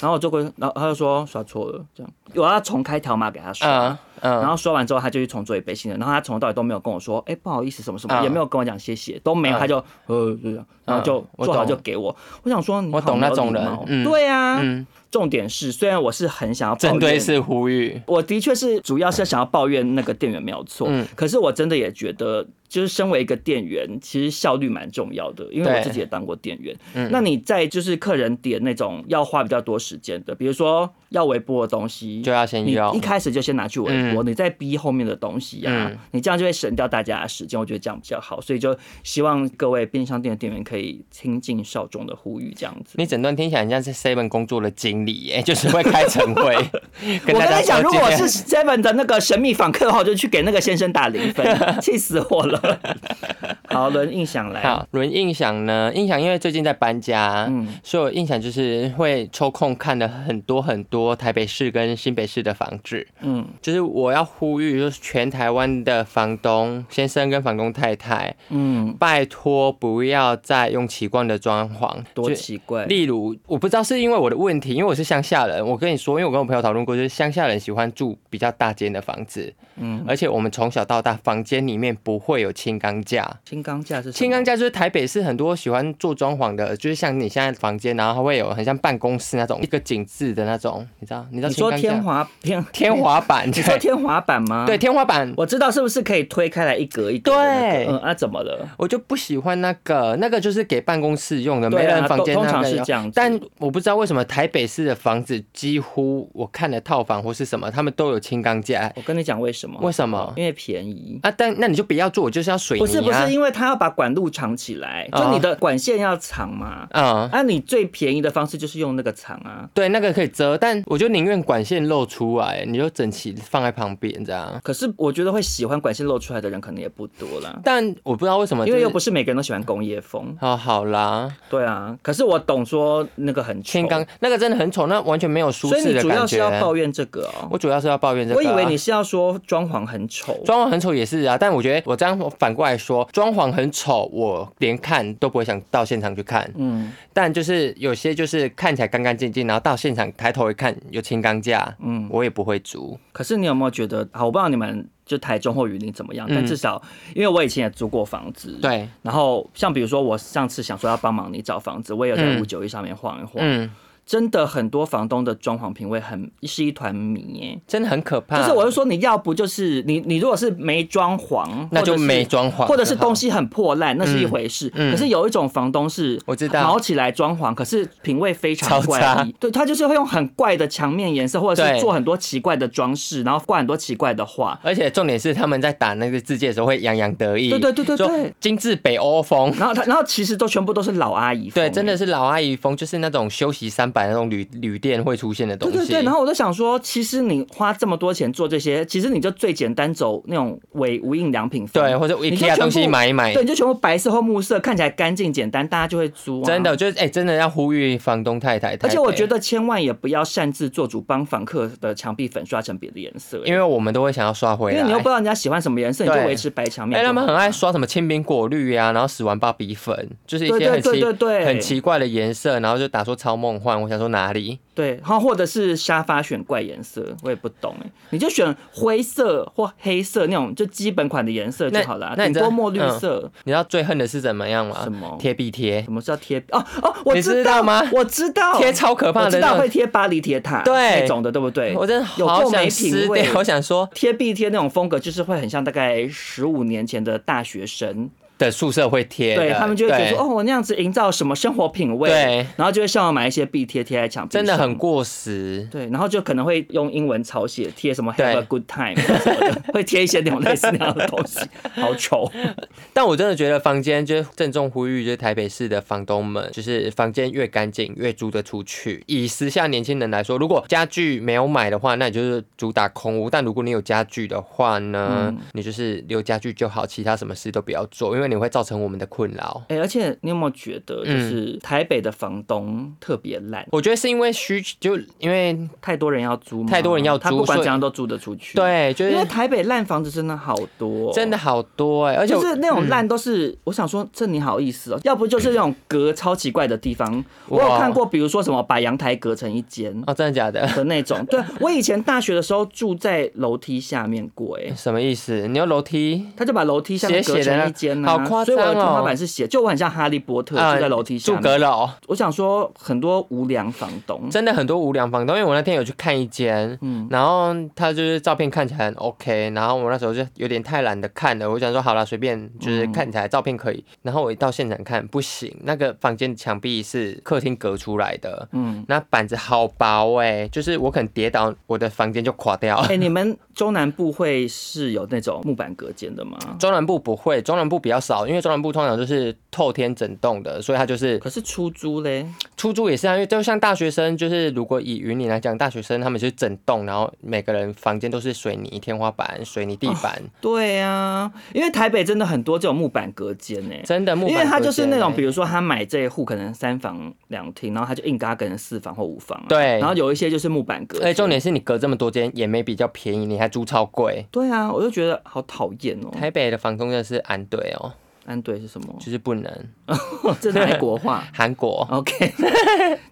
[SPEAKER 2] 然后我就过去，然后他就说刷错了这样，我要重开条码给他刷。
[SPEAKER 3] 嗯
[SPEAKER 2] 啊然
[SPEAKER 3] 嗯，
[SPEAKER 2] 后刷完之后，他就去重做一杯新的。然后他从头到尾都没有跟我说，哎、不好意思，什么什么，
[SPEAKER 3] 嗯
[SPEAKER 2] 也没有跟我讲谢谢，都没有。
[SPEAKER 3] 嗯
[SPEAKER 2] 他就呃，就这样，然后就
[SPEAKER 3] 嗯我
[SPEAKER 2] 做好
[SPEAKER 3] 懂
[SPEAKER 2] 就给我。我想说，你
[SPEAKER 3] 我
[SPEAKER 2] 好
[SPEAKER 3] 懂
[SPEAKER 2] 没有
[SPEAKER 3] 那种
[SPEAKER 2] 礼
[SPEAKER 3] 人
[SPEAKER 2] 貌
[SPEAKER 3] 嗯
[SPEAKER 2] 对啊。
[SPEAKER 3] 嗯
[SPEAKER 2] 重点是，虽然我是很想要抱
[SPEAKER 3] 针对
[SPEAKER 2] 怨
[SPEAKER 3] 式呼吁，
[SPEAKER 2] 我的确是主要是想要抱怨那个店员没有错，
[SPEAKER 3] 嗯
[SPEAKER 2] 可是我真的也觉得，就是身为一个店员，其实效率蛮重要的，因为我
[SPEAKER 3] 对
[SPEAKER 2] 自己也当过店员。
[SPEAKER 3] 嗯
[SPEAKER 2] 那你在就是客人点那种要花比较多时间的，比如说要微波的东西，
[SPEAKER 3] 就要先
[SPEAKER 2] 你
[SPEAKER 3] 要
[SPEAKER 2] 一开始就先拿去微波，你再逼后面的东西啊，
[SPEAKER 3] 嗯
[SPEAKER 2] 你这样就会省掉大家的时间，我觉得这样比较好，所以就希望各位便利商店的店员可以听进少众的呼吁，这样子。
[SPEAKER 3] 你整段听起来很像是 Seven 工作的经理耶，就是会开晨 会。跟
[SPEAKER 2] 我
[SPEAKER 3] 大
[SPEAKER 2] 跟
[SPEAKER 3] 家
[SPEAKER 2] 你讲，
[SPEAKER 3] 说
[SPEAKER 2] 如果
[SPEAKER 3] 今
[SPEAKER 2] 我
[SPEAKER 3] 天
[SPEAKER 2] 是 Seven 的那个神秘访客的话，我就去给那个先生打零分，气死我了。好，轮印象来，
[SPEAKER 3] 好，轮印象呢？印象因为最近在搬家，
[SPEAKER 2] 嗯
[SPEAKER 3] 所以我印象就是会抽空看了很多很多台北市跟新北市的房子。
[SPEAKER 2] 嗯，
[SPEAKER 3] 就是我要呼吁，就是全台湾的房东先生跟房东太太，
[SPEAKER 2] 嗯，
[SPEAKER 3] 拜托不要再用奇怪的装潢，
[SPEAKER 2] 多
[SPEAKER 3] 就
[SPEAKER 2] 奇怪，
[SPEAKER 3] 例如，我不知道是因为我的问题，因为我是乡下人。我跟你说，因为我跟我朋友讨论过，就是乡下人喜欢住比较大间的房子，
[SPEAKER 2] 嗯，
[SPEAKER 3] 而且我们从小到大房间里面不会有轻钢架。
[SPEAKER 2] 轻钢架是什么
[SPEAKER 3] 轻钢，架就是台北市很多喜欢做装潢的，就是像你现在房间，然后它会有很像办公室那种一个景致的那种，你知道？你知道
[SPEAKER 2] 你
[SPEAKER 3] 轻
[SPEAKER 2] 说
[SPEAKER 3] 钢
[SPEAKER 2] 天
[SPEAKER 3] 架？
[SPEAKER 2] 滑天，
[SPEAKER 3] 天花板，
[SPEAKER 2] 你说
[SPEAKER 3] 对
[SPEAKER 2] 天滑板吗？
[SPEAKER 3] 对，天花板，
[SPEAKER 2] 我知道是不是可以推开来一格一格的那个？
[SPEAKER 3] 对
[SPEAKER 2] 嗯，啊，怎么了？
[SPEAKER 3] 我就不喜欢那个，那个就是给办公室用的，
[SPEAKER 2] 对啊
[SPEAKER 3] 没人房间
[SPEAKER 2] 都通
[SPEAKER 3] 那
[SPEAKER 2] 常
[SPEAKER 3] 个
[SPEAKER 2] 是
[SPEAKER 3] 用
[SPEAKER 2] 这样子
[SPEAKER 3] 但我不知道为什么台北市的房子几乎我看的套房或是什么，他们都有轻钢架，
[SPEAKER 2] 我跟你讲为什么？
[SPEAKER 3] 为什么
[SPEAKER 2] 因为便宜。
[SPEAKER 3] 啊？但那你就不要做，我就是要水泥、
[SPEAKER 2] 不
[SPEAKER 3] 啊。
[SPEAKER 2] 是不是，因为他要把管路藏起来，就
[SPEAKER 3] 哦
[SPEAKER 2] 你的管线要藏嘛。
[SPEAKER 3] 嗯，
[SPEAKER 2] 啊，你最便宜的方式就是用那个藏啊。
[SPEAKER 3] 对，那个可以遮，但我就宁愿管线露出来，你就整齐放在旁边这样。
[SPEAKER 2] 可是我觉得会喜欢管线露出来的人可能也不多啦，
[SPEAKER 3] 但我不知道为什么、
[SPEAKER 2] 因为又不
[SPEAKER 3] 是
[SPEAKER 2] 是每个人都喜欢工业风。
[SPEAKER 3] 哦，好啦，
[SPEAKER 2] 对啊，可是我懂说那个很丑
[SPEAKER 3] 轻钢，那个真的很丑，那完全没有舒
[SPEAKER 2] 所以
[SPEAKER 3] 适
[SPEAKER 2] 你
[SPEAKER 3] 的
[SPEAKER 2] 主要
[SPEAKER 3] 感
[SPEAKER 2] 是要抱
[SPEAKER 3] 觉。
[SPEAKER 2] 怨这个哦。
[SPEAKER 3] 我主要是要抱怨这个、啊
[SPEAKER 2] 我以为你是要说装潢很丑，
[SPEAKER 3] 装潢很丑也是啊，但我觉得我这样反过来说，装潢很丑，我连看都不会想到现场去看。
[SPEAKER 2] 嗯
[SPEAKER 3] 但就是有些就是看起来干干净净，然后到现场抬头一看有轻钢架，
[SPEAKER 2] 嗯。
[SPEAKER 3] 我也不会租。
[SPEAKER 2] 可是你有没有觉得，好，我不知道你们就台中或云林怎么样，但
[SPEAKER 3] 嗯
[SPEAKER 2] 至少因为我以前也租过房子，。
[SPEAKER 3] 对，
[SPEAKER 2] 然后像比如说我上次想说要帮忙你找房子，我也有在
[SPEAKER 3] 嗯
[SPEAKER 2] 五九一上面晃一晃，
[SPEAKER 3] 嗯，
[SPEAKER 2] 真的很多房东的装潢品味很是一团迷耶。
[SPEAKER 3] 真的很可怕。
[SPEAKER 2] 就是我就说你要不就是你你如果是没装潢，
[SPEAKER 3] 那就
[SPEAKER 2] 或者是
[SPEAKER 3] 没装潢，
[SPEAKER 2] 或者是东。西很破烂，那是一回事。
[SPEAKER 3] 嗯嗯
[SPEAKER 2] 可是有一种房东是，
[SPEAKER 3] 我知道
[SPEAKER 2] 毛起来装潢，可是品味非常
[SPEAKER 3] 超
[SPEAKER 2] 怪
[SPEAKER 3] 差
[SPEAKER 2] 异。对他就是会用很怪的墙面颜色，或者是
[SPEAKER 3] 对
[SPEAKER 2] 做很多奇怪的装饰，然后挂很多奇怪的画。
[SPEAKER 3] 而且重点是他们在打那个字界的时候会洋洋得意，
[SPEAKER 2] 对对对对
[SPEAKER 3] 说
[SPEAKER 2] 对
[SPEAKER 3] 精致北欧风，
[SPEAKER 2] 然后他，然后其实都全部都是老阿姨风，
[SPEAKER 3] 对，真的
[SPEAKER 2] 欸。
[SPEAKER 3] 是老阿姨风，就是那种休息三百那种旅旅店会出现的东
[SPEAKER 2] 对
[SPEAKER 3] 西。
[SPEAKER 2] 对对，然后我就想说，其实你花这么多钱做这些，其实你就最简单走那种伪无印良品风，
[SPEAKER 3] 对或者
[SPEAKER 2] 你就全
[SPEAKER 3] IKEA
[SPEAKER 2] 部
[SPEAKER 3] 东西买一买
[SPEAKER 2] 对，你就全部白色或木色，看起来干净简单，大家就会租、啊。
[SPEAKER 3] 真的，就是哎、真的要呼吁房东太太。
[SPEAKER 2] 而且我
[SPEAKER 3] 台北
[SPEAKER 2] 觉得千万也不要擅自做主帮房客的墙壁粉刷成别的颜色，因
[SPEAKER 3] 因为我们都会想要刷回
[SPEAKER 2] 为
[SPEAKER 3] 来，
[SPEAKER 2] 你又不知道啊人家喜欢什么颜色，你就
[SPEAKER 3] 对
[SPEAKER 2] 维持白墙
[SPEAKER 3] 哎、
[SPEAKER 2] 面就好。
[SPEAKER 3] 他们很爱刷什么青苹果绿啊，然后死亡芭比粉，就是一
[SPEAKER 2] 对
[SPEAKER 3] 些
[SPEAKER 2] 对
[SPEAKER 3] 很奇
[SPEAKER 2] 对对对
[SPEAKER 3] 很奇怪的颜色，然后就打说超梦幻。我想说哪里？
[SPEAKER 2] 对，然后或者是沙发选怪颜色，我也不懂哎，你就选灰色或黑色那种就基本款的颜色就好了，
[SPEAKER 3] 那那
[SPEAKER 2] 顶
[SPEAKER 3] 你知道嗯
[SPEAKER 2] 多墨绿色。
[SPEAKER 3] 你知道最恨的是怎么样吗？
[SPEAKER 2] 什么
[SPEAKER 3] 贴壁贴，
[SPEAKER 2] 什么叫贴？哦哦，我
[SPEAKER 3] 你
[SPEAKER 2] 知
[SPEAKER 3] 知道吗
[SPEAKER 2] 我知道
[SPEAKER 3] 贴超可怕
[SPEAKER 2] 哦我
[SPEAKER 3] 的
[SPEAKER 2] 知
[SPEAKER 3] 那
[SPEAKER 2] 道
[SPEAKER 3] 种
[SPEAKER 2] 会贴巴黎铁塔
[SPEAKER 3] 对
[SPEAKER 2] 那种的，对不对？
[SPEAKER 3] 我真的
[SPEAKER 2] 有
[SPEAKER 3] 好
[SPEAKER 2] 够没
[SPEAKER 3] 想
[SPEAKER 2] 品
[SPEAKER 3] 撕
[SPEAKER 2] 味。
[SPEAKER 3] 掉。我想说
[SPEAKER 2] 贴壁贴那种风格，就是会很像大概十五年前的大学生，
[SPEAKER 3] 的宿舍会贴的，
[SPEAKER 2] 对他们就会觉得
[SPEAKER 3] 对
[SPEAKER 2] 说，哦，我那样子营造什么生活品味，
[SPEAKER 3] 对
[SPEAKER 2] 然后就会上网买一些壁贴贴在墙壁
[SPEAKER 3] 真
[SPEAKER 2] 上，
[SPEAKER 3] 的很过时。
[SPEAKER 2] 对，然后就可能会用英文抄写贴什么
[SPEAKER 3] 对
[SPEAKER 2] Have a good time，什 么的会贴一些那种类似那样的东西，好丑。
[SPEAKER 3] 但我真的觉得房间就是郑重呼吁，就是台北市的房东们，就是房间越干净越租得出去。以时下年轻人来说，如果家具没有买的话，那你就是主打空屋；但如果你有家具的话呢，
[SPEAKER 2] 嗯
[SPEAKER 3] 你就是留家具就好，其他什么事都不要做，因为你会造成我们的困扰。
[SPEAKER 2] 哎、而且你有没有觉得，
[SPEAKER 3] 嗯
[SPEAKER 2] 就是台北的房东特别烂，
[SPEAKER 3] 我觉得是因为需就因为
[SPEAKER 2] 太多人要租吗，
[SPEAKER 3] 太多人要
[SPEAKER 2] 他
[SPEAKER 3] 租
[SPEAKER 2] 不管
[SPEAKER 3] 所以
[SPEAKER 2] 怎样都租得出去。，
[SPEAKER 3] 对，就
[SPEAKER 2] 因为
[SPEAKER 3] 是
[SPEAKER 2] 台北烂房子真的好多、哦
[SPEAKER 3] 真的。好多哎、而且
[SPEAKER 2] 就
[SPEAKER 3] 我
[SPEAKER 2] 是那种烂都是，我想说这你好意思哦，要不就是那种隔超奇怪的地方，我有
[SPEAKER 3] 哇
[SPEAKER 2] 看过，比如说什么把阳台隔成一间
[SPEAKER 3] 哦，真的假的？
[SPEAKER 2] 的那种，对我以前大学的时候住在楼梯下面过、哎，
[SPEAKER 3] 什么意思？你要楼梯？
[SPEAKER 2] 他就把楼梯下面隔成一间、啊，
[SPEAKER 3] 嗯斜斜的那好夸张哦
[SPEAKER 2] 所以我的天花板是斜，就我很像哈利波特
[SPEAKER 3] 啊
[SPEAKER 2] 住在楼梯下
[SPEAKER 3] 住
[SPEAKER 2] 面。
[SPEAKER 3] 阁楼，
[SPEAKER 2] 我想说很多无良房东，
[SPEAKER 3] 真的很多无良房东，因为我那天有去看一间，
[SPEAKER 2] 嗯
[SPEAKER 3] 然后他就是照片看起来很 OK，然后我那时候就有点太懒得看了，我就想说好了，随便就是
[SPEAKER 2] 嗯
[SPEAKER 3] 看起来照片可以，然后我一到现场看不行，那个房间墙壁是客厅隔出来的，
[SPEAKER 2] 嗯，
[SPEAKER 3] 那板子好薄哎、就是我可能跌倒，我的房间就垮掉。
[SPEAKER 2] 哎、你们中南部会是有那种木板隔间的吗？
[SPEAKER 3] 中南部不会，中南部比较少，因为中南部通常就是透天整栋的，所以它就是
[SPEAKER 2] 可是出租嘞，
[SPEAKER 3] 出租也是啊，因为就像大学生，就是如果以云林来讲，大学生他们就是整栋，然后每个人房间都是水泥天花板、水泥地板，
[SPEAKER 2] 对啊，因为台北真的很多这种木板隔间呢、
[SPEAKER 3] 真的木板
[SPEAKER 2] 因为他就是那种，比
[SPEAKER 3] 如
[SPEAKER 2] 如说他买这一户可能三房两厅，然后他就硬跟他可能四房或五房、啊，
[SPEAKER 3] 对
[SPEAKER 2] 然后有一些就是木板隔间，
[SPEAKER 3] 哎，重点是你隔这么多间也没比较便宜，你还租超贵。
[SPEAKER 2] 对啊，我就觉得好讨厌哦。
[SPEAKER 3] 台北的房东真的是安对哦，
[SPEAKER 2] 安对是什么？
[SPEAKER 3] 就是不能
[SPEAKER 2] 这哪一国 话
[SPEAKER 3] 韩国。
[SPEAKER 2] ？OK，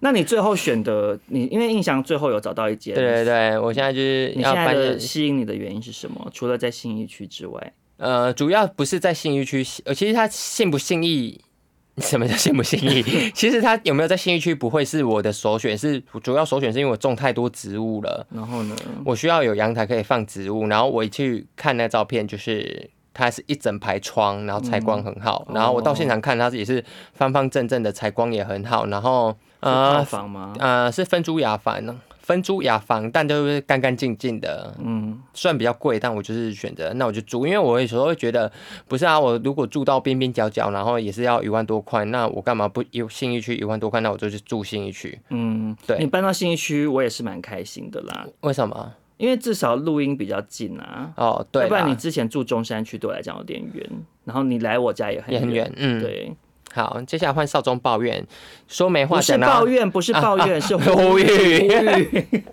[SPEAKER 2] 那你最后选的你，因为印象最后有找到一间，
[SPEAKER 3] 对对对，我现在就是
[SPEAKER 2] 你
[SPEAKER 3] 要
[SPEAKER 2] 现在
[SPEAKER 3] 搬
[SPEAKER 2] 的
[SPEAKER 3] 进
[SPEAKER 2] 吸引你的原因是什么？除了在信义区之外，
[SPEAKER 3] 呃，主要不是在信义区，呃，其实他信不信义， 什么叫信不信 义？其实他有没有在信义区不会是我的首选，是主要首选是因为我种太多植物了，
[SPEAKER 2] 然后呢？
[SPEAKER 3] 我需要有阳台可以放植物。然后我一去看那照片，就是它是一整排窗，然后采光很好。
[SPEAKER 2] 嗯
[SPEAKER 3] 然后我到现场看，它也是方方正正的，采光也很好。然后
[SPEAKER 2] 是套
[SPEAKER 3] 呃
[SPEAKER 2] 房吗？
[SPEAKER 3] 呃，是分租雅房，分租雅房，但就是干干净净的，
[SPEAKER 2] 嗯，
[SPEAKER 3] 虽然比较贵，但我就是选择那我就住，因为我有时候会觉得不是啊，我如果住到边边角角，然后也是要一万多块，那我干嘛不一信义区一万多块？那我就去住信义区，
[SPEAKER 2] 嗯，
[SPEAKER 3] 对
[SPEAKER 2] 你搬到信义区，我也是蛮开心的啦，
[SPEAKER 3] 为什么？
[SPEAKER 2] 因为至少录音比较近啊。
[SPEAKER 3] 哦，对
[SPEAKER 2] 要不然你
[SPEAKER 3] 啦，
[SPEAKER 2] 之前住中山区对我来讲有点远，然后你来我家也很
[SPEAKER 3] 也很远，嗯，
[SPEAKER 2] 对，
[SPEAKER 3] 好，接下来换少中抱怨，说没话
[SPEAKER 2] 不是
[SPEAKER 3] 讲到啊
[SPEAKER 2] 抱怨，不是抱怨，是
[SPEAKER 3] 呼
[SPEAKER 2] 吁。
[SPEAKER 3] 吁，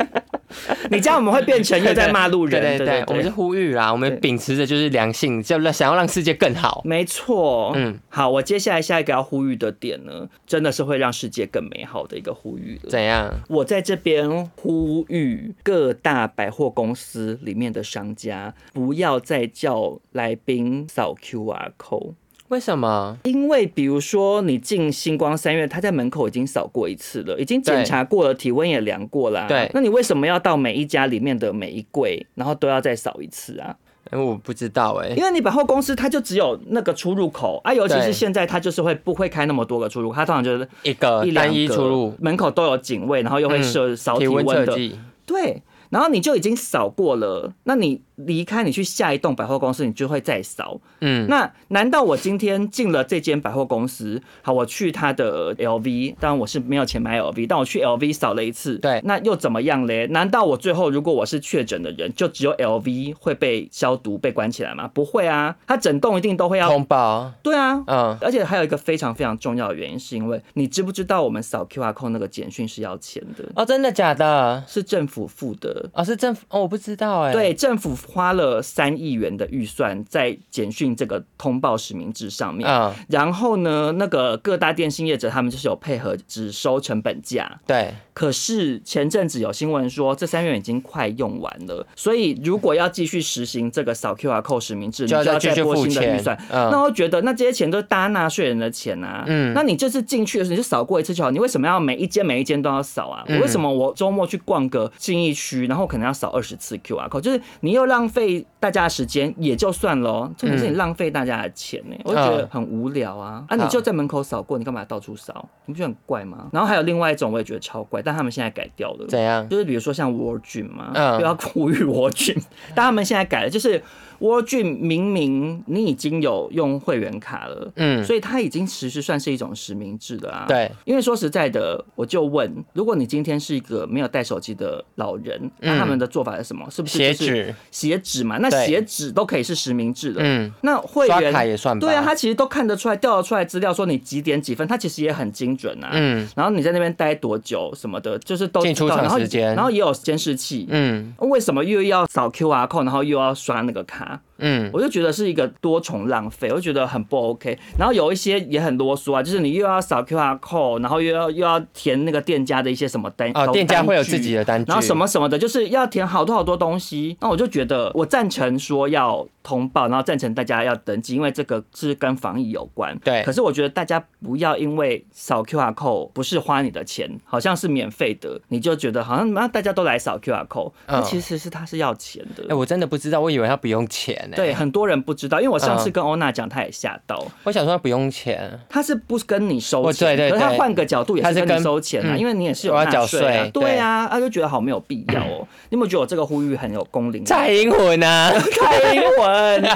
[SPEAKER 2] 你这样我们会变成又在骂路人，
[SPEAKER 3] 对
[SPEAKER 2] 对
[SPEAKER 3] 对，我们是呼吁啦，我们
[SPEAKER 2] 对
[SPEAKER 3] 秉持着就是良性，就让想要让世界更好。
[SPEAKER 2] 没错，嗯
[SPEAKER 3] 嗯，
[SPEAKER 2] 好，我接下来下一个要呼吁的点呢，真的是会让世界更美好的一个呼吁了。
[SPEAKER 3] 怎样？
[SPEAKER 2] 我在这边呼吁各大百货公司里面的商家，不要再叫来宾扫 QR code，
[SPEAKER 3] 为什么？
[SPEAKER 2] 因为比如说你进星光三月，他在门口已经扫过一次了，已经检查过了，体温也量过啦。
[SPEAKER 3] 对
[SPEAKER 2] 那你为什么要到每一家里面的每一柜，然后都要再扫一次啊？
[SPEAKER 3] 哎我不知道哎、
[SPEAKER 2] 因为你百货公司它就只有那个出入口啊，尤其是
[SPEAKER 3] 对
[SPEAKER 2] 现在它就是会不会开那么多个出入口，它通常就是
[SPEAKER 3] 一个
[SPEAKER 2] 一两
[SPEAKER 3] 单一
[SPEAKER 2] 个
[SPEAKER 3] 出入，嗯
[SPEAKER 2] 门口都有警卫，然后又会设扫体
[SPEAKER 3] 体
[SPEAKER 2] 温
[SPEAKER 3] 温测
[SPEAKER 2] 的，
[SPEAKER 3] 计。
[SPEAKER 2] 对。然后你就已经扫过了，那你离开，你去下一栋百货公司，你就会再扫。
[SPEAKER 3] 嗯，
[SPEAKER 2] 那难道我今天进了这间百货公司，好，我去它的 LV，当然我是没有钱买 LV，但我去 LV 扫了一次，
[SPEAKER 3] 对
[SPEAKER 2] 那又怎么样嘞？难道我最后如果我是确诊的人，就只有 LV 会被消毒、被关起来吗？不会啊，它整栋一定都会要，
[SPEAKER 3] 通报，
[SPEAKER 2] 对啊。
[SPEAKER 3] 嗯，
[SPEAKER 2] 而且还有一个非常非常重要的原因，是因为你知不知道我们扫 QR code 那个简讯是要钱的，
[SPEAKER 3] 哦，真的假的？
[SPEAKER 2] 是政府付的。
[SPEAKER 3] 哦，是政府，哦，我不知道哎。
[SPEAKER 2] 对，，政府花了三亿元的预算在简讯这个通报实名制上面，
[SPEAKER 3] 嗯，
[SPEAKER 2] 然后呢，那个各大电信业者他们就是有配合只收成本价。
[SPEAKER 3] 对，
[SPEAKER 2] 可是前阵子有新闻说，这三元已经快用完了，所以如果要继续实行这个扫 QR code 实名制，你
[SPEAKER 3] 就要
[SPEAKER 2] 要
[SPEAKER 3] 再继续
[SPEAKER 2] 拨
[SPEAKER 3] 付
[SPEAKER 2] 新的预
[SPEAKER 3] 钱
[SPEAKER 2] 算。
[SPEAKER 3] 嗯
[SPEAKER 2] 那我觉得，那这些钱都是大家纳税人的钱啊。
[SPEAKER 3] 嗯
[SPEAKER 2] 那你这次进去的时候你就扫过一次就好，你为什么要每一间每一间都要扫啊？
[SPEAKER 3] 嗯
[SPEAKER 2] 我为什么我周末去逛个信义区，然后可能要扫二十次 QR code？就是你又浪费大家的时间也就算了哦，重
[SPEAKER 3] 嗯
[SPEAKER 2] 点是你浪费大家的钱呢、我就觉得很无聊啊。啊，你就在门口扫过，你干嘛到处扫？你不觉得很怪吗？然后还有另外一种，我也觉得超怪，但他们现在改掉了。
[SPEAKER 3] 怎样？
[SPEAKER 2] 就是比如说像 War Dream 嘛，
[SPEAKER 3] 嗯
[SPEAKER 2] 不要呼吁 War Dream，但 他们现在改了，就是 War Dream 明明你已经有用会员卡了，
[SPEAKER 3] 嗯
[SPEAKER 2] 所以它已经其实算是一种实名制的啊。
[SPEAKER 3] 对，
[SPEAKER 2] 因为说实在的，我就问，如果你今天是一个没有带手机的老人，那他们的做法是什么？是不是
[SPEAKER 3] 写
[SPEAKER 2] 就是
[SPEAKER 3] 纸，
[SPEAKER 2] 写纸嘛？那
[SPEAKER 3] 嗯对
[SPEAKER 2] 写纸都可以是实名制的，
[SPEAKER 3] 嗯，
[SPEAKER 2] 那会
[SPEAKER 3] 刷
[SPEAKER 2] 员
[SPEAKER 3] 卡也算吧。
[SPEAKER 2] 对啊，他其实都看得出来，调得出来资料，说你几点几分，他其实也很精准啊。
[SPEAKER 3] 嗯
[SPEAKER 2] 然后你在那边待多久什么的，就是都
[SPEAKER 3] 进出
[SPEAKER 2] 知道
[SPEAKER 3] 场
[SPEAKER 2] 然后
[SPEAKER 3] 时间
[SPEAKER 2] 然后也有监视器。
[SPEAKER 3] 嗯
[SPEAKER 2] 为什么又要扫 QR code，然后又要刷那个卡？
[SPEAKER 3] 嗯，
[SPEAKER 2] 我就觉得是一个多重浪费，我就觉得很不 OK。然后有一些也很啰嗦啊，就是你又要扫 QR code，然后又要又要填那个店家的一些什么单
[SPEAKER 3] 哦，店家会有自己
[SPEAKER 2] 的。
[SPEAKER 3] 的单据，
[SPEAKER 2] 然后什么什么的，就是要填好多好多东西。那我就觉得，我赞成说要通报，然后赞成大家要登记，因为这个是跟防疫有关。
[SPEAKER 3] 对
[SPEAKER 2] 可是我觉得大家不要因为扫 QR code 不是花你的钱，好像是免费的，你就觉得好像啊那大家都来扫 QR code，那
[SPEAKER 3] 嗯
[SPEAKER 2] 其实是它是要钱的。
[SPEAKER 3] 哎、我真的不知道，我以为他不用钱呢、
[SPEAKER 2] 对，，很多人不知道，因为我上次
[SPEAKER 3] 嗯
[SPEAKER 2] 跟欧娜讲，她也吓到，
[SPEAKER 3] 我想说他不用钱，
[SPEAKER 2] 她是不跟你收
[SPEAKER 3] 哦
[SPEAKER 2] 钱，
[SPEAKER 3] 对对
[SPEAKER 2] 可是她
[SPEAKER 3] 对
[SPEAKER 2] 换个角度也
[SPEAKER 3] 她
[SPEAKER 2] 是
[SPEAKER 3] 是
[SPEAKER 2] 跟你
[SPEAKER 3] 跟
[SPEAKER 2] 收钱啊，
[SPEAKER 3] 嗯
[SPEAKER 2] 因为你也是有
[SPEAKER 3] 我要
[SPEAKER 2] 纳
[SPEAKER 3] 缴
[SPEAKER 2] 啊
[SPEAKER 3] 税
[SPEAKER 2] 对
[SPEAKER 3] 对
[SPEAKER 2] 啊，她就觉得好没有必要 哦。你有没有觉得我这个呼吁很有公灵？
[SPEAKER 3] 蔡英文啊，
[SPEAKER 2] 蔡英文，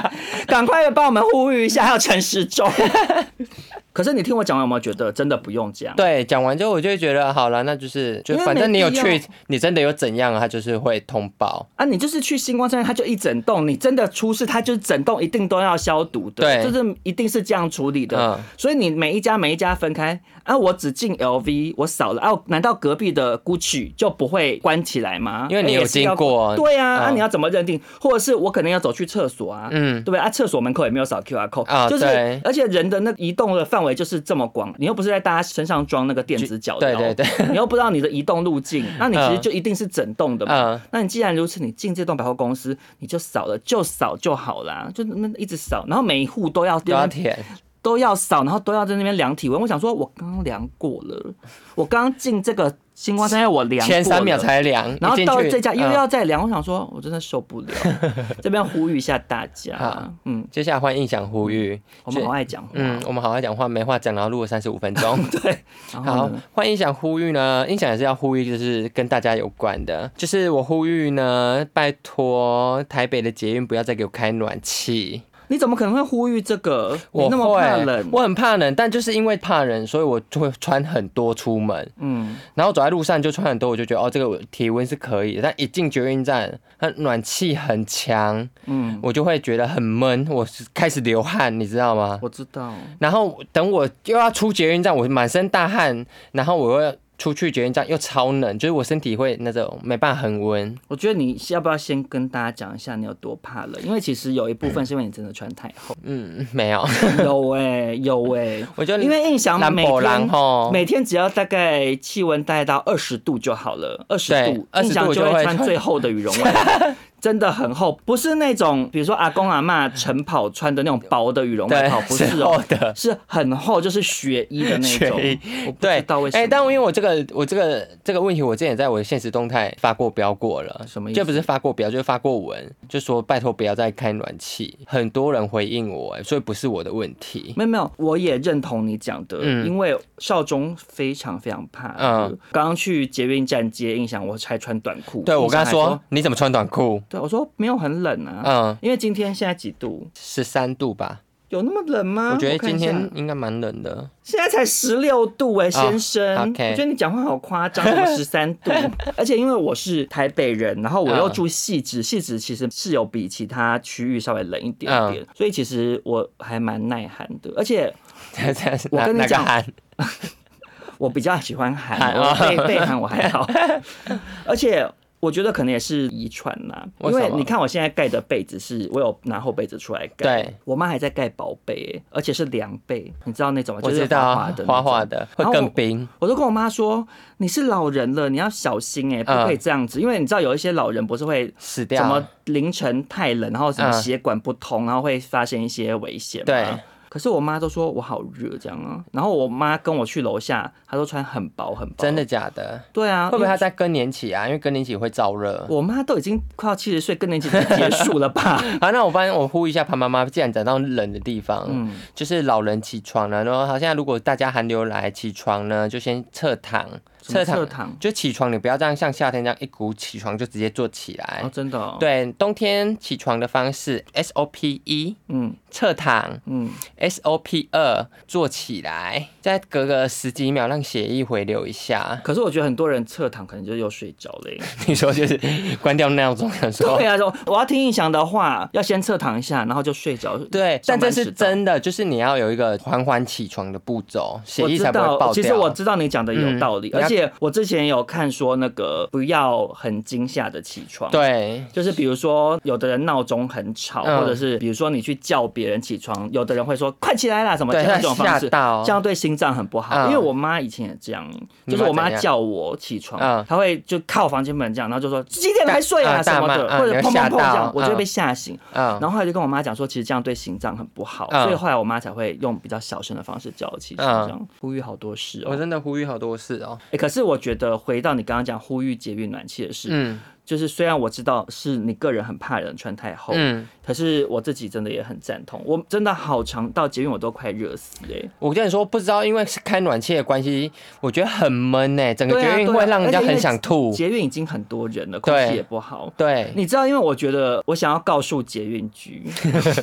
[SPEAKER 2] 赶快帮我们呼吁一下，还有陈时中。 可是你听我讲完，有没有觉得真的不用这样？
[SPEAKER 3] 对，讲完之后我就会觉得好了，那就是就
[SPEAKER 2] 因为
[SPEAKER 3] 反正
[SPEAKER 2] 没
[SPEAKER 3] 你有
[SPEAKER 2] 必要
[SPEAKER 3] 去，你真的有怎样，啊他就是会通报。
[SPEAKER 2] 啊，你就是去星光三月，它就一整栋，你真的出事，它就是整栋一定都要消毒的，
[SPEAKER 3] 对
[SPEAKER 2] 就是一定是这样处理的。
[SPEAKER 3] 嗯
[SPEAKER 2] 所以你每一家每一家分开啊，我只进 LV，我扫了啊，难道隔壁的 GUCCI 就不会关起来吗？
[SPEAKER 3] 因为你
[SPEAKER 2] 哎
[SPEAKER 3] 有
[SPEAKER 2] 也是要
[SPEAKER 3] 经过
[SPEAKER 2] 对啊，
[SPEAKER 3] 嗯
[SPEAKER 2] 啊，你要怎么认定？或者是我可能要走去厕所啊，
[SPEAKER 3] 嗯
[SPEAKER 2] 对不对？啊，厕所门口也没有扫 QR code，、
[SPEAKER 3] 啊
[SPEAKER 2] 就是
[SPEAKER 3] 对
[SPEAKER 2] 而且人的那移动的范围就是这么广，你又不是在大家身上装那个电子脚镣，
[SPEAKER 3] 对对对。
[SPEAKER 2] 你又不知道你的移动路径，那你其实
[SPEAKER 3] 嗯
[SPEAKER 2] 就一定是整栋的嘛。
[SPEAKER 3] 嗯
[SPEAKER 2] 那你既然如此，你进这栋百货公司，你就扫了，就扫就好啦，就那一直扫，然后每一户都要
[SPEAKER 3] 都要填，
[SPEAKER 2] 都要扫，然后都要在那边量体温。我想说，我刚刚量过了，我刚刚进这个星光三月，我量过
[SPEAKER 3] 前三秒
[SPEAKER 2] 了
[SPEAKER 3] 才量，
[SPEAKER 2] 然后
[SPEAKER 3] 一进
[SPEAKER 2] 到
[SPEAKER 3] 去
[SPEAKER 2] 这家又
[SPEAKER 3] 嗯
[SPEAKER 2] 要再量，我想说，我真的受不了。 这边呼吁一下大家
[SPEAKER 3] 好，
[SPEAKER 2] 嗯，
[SPEAKER 3] 接下来换印象呼吁，
[SPEAKER 2] 我们
[SPEAKER 3] 就
[SPEAKER 2] 好爱讲话，
[SPEAKER 3] 嗯，我们好好讲话，没话讲，然后录了三十五分 钟。
[SPEAKER 2] 对，然后
[SPEAKER 3] 好
[SPEAKER 2] 呢，
[SPEAKER 3] 换音响呼吁呢，音响也是要呼吁，就是跟大家有关的，就是我呼吁呢，拜托台北的捷运不要再给我开暖气，
[SPEAKER 2] 你怎么可能会呼吁这个？你
[SPEAKER 3] 我
[SPEAKER 2] 那么怕
[SPEAKER 3] 会
[SPEAKER 2] 冷，
[SPEAKER 3] 我很怕冷，但就是因为怕冷，所以我就会穿很多出门，
[SPEAKER 2] 嗯，
[SPEAKER 3] 然后走在路上就穿很多，我就觉得哦，这个我体温是可以的，但一进捷运站，它暖气很强，
[SPEAKER 2] 嗯
[SPEAKER 3] 嗯，我就会觉得很闷，我是开始流汗，你知道吗？
[SPEAKER 2] 我知道。
[SPEAKER 3] 然后等我又要出捷运站，我满身大汗，然后我又出去捷运站又超冷，就是我身体会那种没办法恒温。
[SPEAKER 2] 我觉得你是要不要先跟大家讲一下你有多怕冷？因为其实有一部分是因为你真的穿太厚。
[SPEAKER 3] 嗯，没有，
[SPEAKER 2] 有哎、有哎、
[SPEAKER 3] 我觉得
[SPEAKER 2] 因为印象
[SPEAKER 3] 蓝
[SPEAKER 2] 每
[SPEAKER 3] 宝蓝
[SPEAKER 2] 天
[SPEAKER 3] 吼，
[SPEAKER 2] 每天只要大概气温带到二十度就好了，二十
[SPEAKER 3] 对
[SPEAKER 2] 度，
[SPEAKER 3] 20
[SPEAKER 2] 印象
[SPEAKER 3] 度
[SPEAKER 2] 就
[SPEAKER 3] 就
[SPEAKER 2] 会
[SPEAKER 3] 会
[SPEAKER 2] 穿
[SPEAKER 3] 穿
[SPEAKER 2] 最厚的羽绒 外，真的很厚，不是那种比如说阿公阿妈晨跑穿的那种薄的羽绒 外
[SPEAKER 3] 对
[SPEAKER 2] 套，不是
[SPEAKER 3] 是
[SPEAKER 2] 哦、
[SPEAKER 3] 厚的
[SPEAKER 2] 是很厚，就是雪衣的那种
[SPEAKER 3] 雪衣。
[SPEAKER 2] 我不知
[SPEAKER 3] 对
[SPEAKER 2] 道为，什么。
[SPEAKER 3] 哎，但因为我这个我这个这个问题，我之前在我的现实动态发过标过了，
[SPEAKER 2] 什么意思
[SPEAKER 3] 就不是发过标，就是发过文，就说拜托不要再开暖气。很多人回应我，哎所以不是我的问题。
[SPEAKER 2] 没有没有，我也认同你讲的，
[SPEAKER 3] 嗯
[SPEAKER 2] 因为少中非常非常怕。嗯
[SPEAKER 3] 嗯，
[SPEAKER 2] 刚刚去捷运站接印象，我才穿短裤。
[SPEAKER 3] 对我跟他
[SPEAKER 2] 印象还
[SPEAKER 3] 说，，你怎么穿短裤？
[SPEAKER 2] 对我说没有很冷啊，
[SPEAKER 3] 嗯，
[SPEAKER 2] 因为今天现在几度？
[SPEAKER 3] 十三度吧，
[SPEAKER 2] 有那么冷吗？
[SPEAKER 3] 我觉得
[SPEAKER 2] 啊看一
[SPEAKER 3] 今
[SPEAKER 2] 下
[SPEAKER 3] 天应该蛮冷的。
[SPEAKER 2] 现在才十六度哎、先生
[SPEAKER 3] OK
[SPEAKER 2] 我觉得你讲话好夸张，什么十三 度？而且因为我是台北人，然后我又住汐
[SPEAKER 3] 嗯
[SPEAKER 2] 止，汐止其实是有比其他区域稍微冷一点
[SPEAKER 3] 嗯
[SPEAKER 2] 点，所以其实我还蛮耐寒的，而且 我
[SPEAKER 3] 哪
[SPEAKER 2] 跟你
[SPEAKER 3] 哪个
[SPEAKER 2] 讲
[SPEAKER 3] 寒
[SPEAKER 2] 我比较喜欢寒，
[SPEAKER 3] 寒
[SPEAKER 2] 我
[SPEAKER 3] 哦
[SPEAKER 2] 背背寒我 还好，而且。我觉得可能也是遗传啦，因
[SPEAKER 3] 为什
[SPEAKER 2] 为
[SPEAKER 3] 么
[SPEAKER 2] 你看我现在盖的被子是我有拿厚被子出来盖，
[SPEAKER 3] 对
[SPEAKER 2] 我妈还在盖薄被、欸，而且是凉被，你知道那种吗？
[SPEAKER 3] 我
[SPEAKER 2] 就是
[SPEAKER 3] 知道
[SPEAKER 2] 滑滑的那种，
[SPEAKER 3] 滑滑的会
[SPEAKER 2] 然后
[SPEAKER 3] 更
[SPEAKER 2] 我
[SPEAKER 3] 冰，
[SPEAKER 2] 我都跟我妈说，你是老人了，你要小心哎、不
[SPEAKER 3] 嗯
[SPEAKER 2] 可以这样子，因为你知道有一些老人不是会
[SPEAKER 3] 死
[SPEAKER 2] 什
[SPEAKER 3] 掉哦
[SPEAKER 2] 么。凌晨太冷，然后什么
[SPEAKER 3] 嗯
[SPEAKER 2] 血管不通，然后会发生一些危险嘛。
[SPEAKER 3] 对
[SPEAKER 2] 可是我妈都说我好热这样啊，然后我妈跟我去楼下，她都穿很薄很薄。
[SPEAKER 3] 真的？假的？
[SPEAKER 2] 对啊，
[SPEAKER 3] 会不会
[SPEAKER 2] 因
[SPEAKER 3] 他
[SPEAKER 2] 为
[SPEAKER 3] 在更年期啊？因为更年期会燥热。
[SPEAKER 2] 我妈都已经快要七十岁，更年期都结束了吧？
[SPEAKER 3] 好，啊那我帮我呼吁一下潘妈妈，既然讲到冷的地方，
[SPEAKER 2] 嗯
[SPEAKER 3] 就是老人起床了，然后好像如果大家寒流来起床呢，就先侧躺，
[SPEAKER 2] 什
[SPEAKER 3] 侧
[SPEAKER 2] 么
[SPEAKER 3] 躺
[SPEAKER 2] 侧躺
[SPEAKER 3] 就起床，你不要这样像夏天这样一股起床就直接坐起来。
[SPEAKER 2] 哦，真的、哦。，
[SPEAKER 3] 哎对，冬天起床的方式 S O P 一
[SPEAKER 2] 嗯
[SPEAKER 3] 侧躺
[SPEAKER 2] 嗯，
[SPEAKER 3] ，S O P 二坐起来，再隔个十几秒让血液回流一下。
[SPEAKER 2] 可是我觉得很多人侧躺可能就又睡着了耶。
[SPEAKER 3] 你说就是关掉闹钟，想说
[SPEAKER 2] 对啊，我我要听印象的话，要先侧躺一下，然后就睡着。
[SPEAKER 3] 对，但
[SPEAKER 2] 上班
[SPEAKER 3] 这是
[SPEAKER 2] 迟到
[SPEAKER 3] 真的，就是你要有一个缓缓起床的步骤，血
[SPEAKER 2] 我
[SPEAKER 3] 液
[SPEAKER 2] 知
[SPEAKER 3] 才不会
[SPEAKER 2] 道，
[SPEAKER 3] 爆掉。啊
[SPEAKER 2] 其实我知道你讲的有
[SPEAKER 3] 嗯
[SPEAKER 2] 道理，
[SPEAKER 3] 你要
[SPEAKER 2] 而且我之前有看说那个不要很惊吓的起床。。
[SPEAKER 3] 对
[SPEAKER 2] 就是比如说，有的人闹钟很吵，
[SPEAKER 3] 嗯
[SPEAKER 2] 或者是比如说你去叫别人起床，有的人会说“快起来啦”什么这
[SPEAKER 3] 对，
[SPEAKER 2] 样
[SPEAKER 3] 他
[SPEAKER 2] 这种方
[SPEAKER 3] 吓
[SPEAKER 2] 式，
[SPEAKER 3] 到
[SPEAKER 2] 这，样对心脏很不好。
[SPEAKER 3] 嗯
[SPEAKER 2] 因为我妈以前也这样，
[SPEAKER 3] 你
[SPEAKER 2] 就
[SPEAKER 3] 妈
[SPEAKER 2] 是我妈
[SPEAKER 3] 怎样
[SPEAKER 2] 叫我起床
[SPEAKER 3] 嗯，
[SPEAKER 2] 她会就靠房间门这样，然后就说几点了还睡啊
[SPEAKER 3] 大
[SPEAKER 2] 什么
[SPEAKER 3] 大
[SPEAKER 2] 的，
[SPEAKER 3] 骂嗯
[SPEAKER 2] 或者
[SPEAKER 3] 你
[SPEAKER 2] 砰
[SPEAKER 3] 会
[SPEAKER 2] 砰
[SPEAKER 3] 吓
[SPEAKER 2] 砰这样
[SPEAKER 3] 到，
[SPEAKER 2] 我就会
[SPEAKER 3] 嗯
[SPEAKER 2] 被吓醒。
[SPEAKER 3] 嗯
[SPEAKER 2] 然后后来就跟我妈讲说，其实这样对心脏很不好，
[SPEAKER 3] 嗯
[SPEAKER 2] 所以后来我妈才会用比较小声的方式叫我起床，
[SPEAKER 3] 嗯
[SPEAKER 2] 这样呼吁好多事哦、哎
[SPEAKER 3] 我真的呼吁好多事哦，
[SPEAKER 2] 诶可是我觉得回到你刚刚讲呼吁节约暖气的事，
[SPEAKER 3] 嗯，
[SPEAKER 2] 就是虽然我知道是你个人很怕人穿太厚，
[SPEAKER 3] 嗯，
[SPEAKER 2] 可是我自己真的也很赞同。我真的好长到捷运我都快热死哎、
[SPEAKER 3] 我跟你说，不知道因为是开暖气的关系，我觉得很闷呢、整个捷运会让人家很想吐。
[SPEAKER 2] 捷运已经很多人了，空
[SPEAKER 3] 对
[SPEAKER 2] 气也不好。
[SPEAKER 3] 嗯对，
[SPEAKER 2] 你知道，因为我觉得我想要告诉捷运 局，就是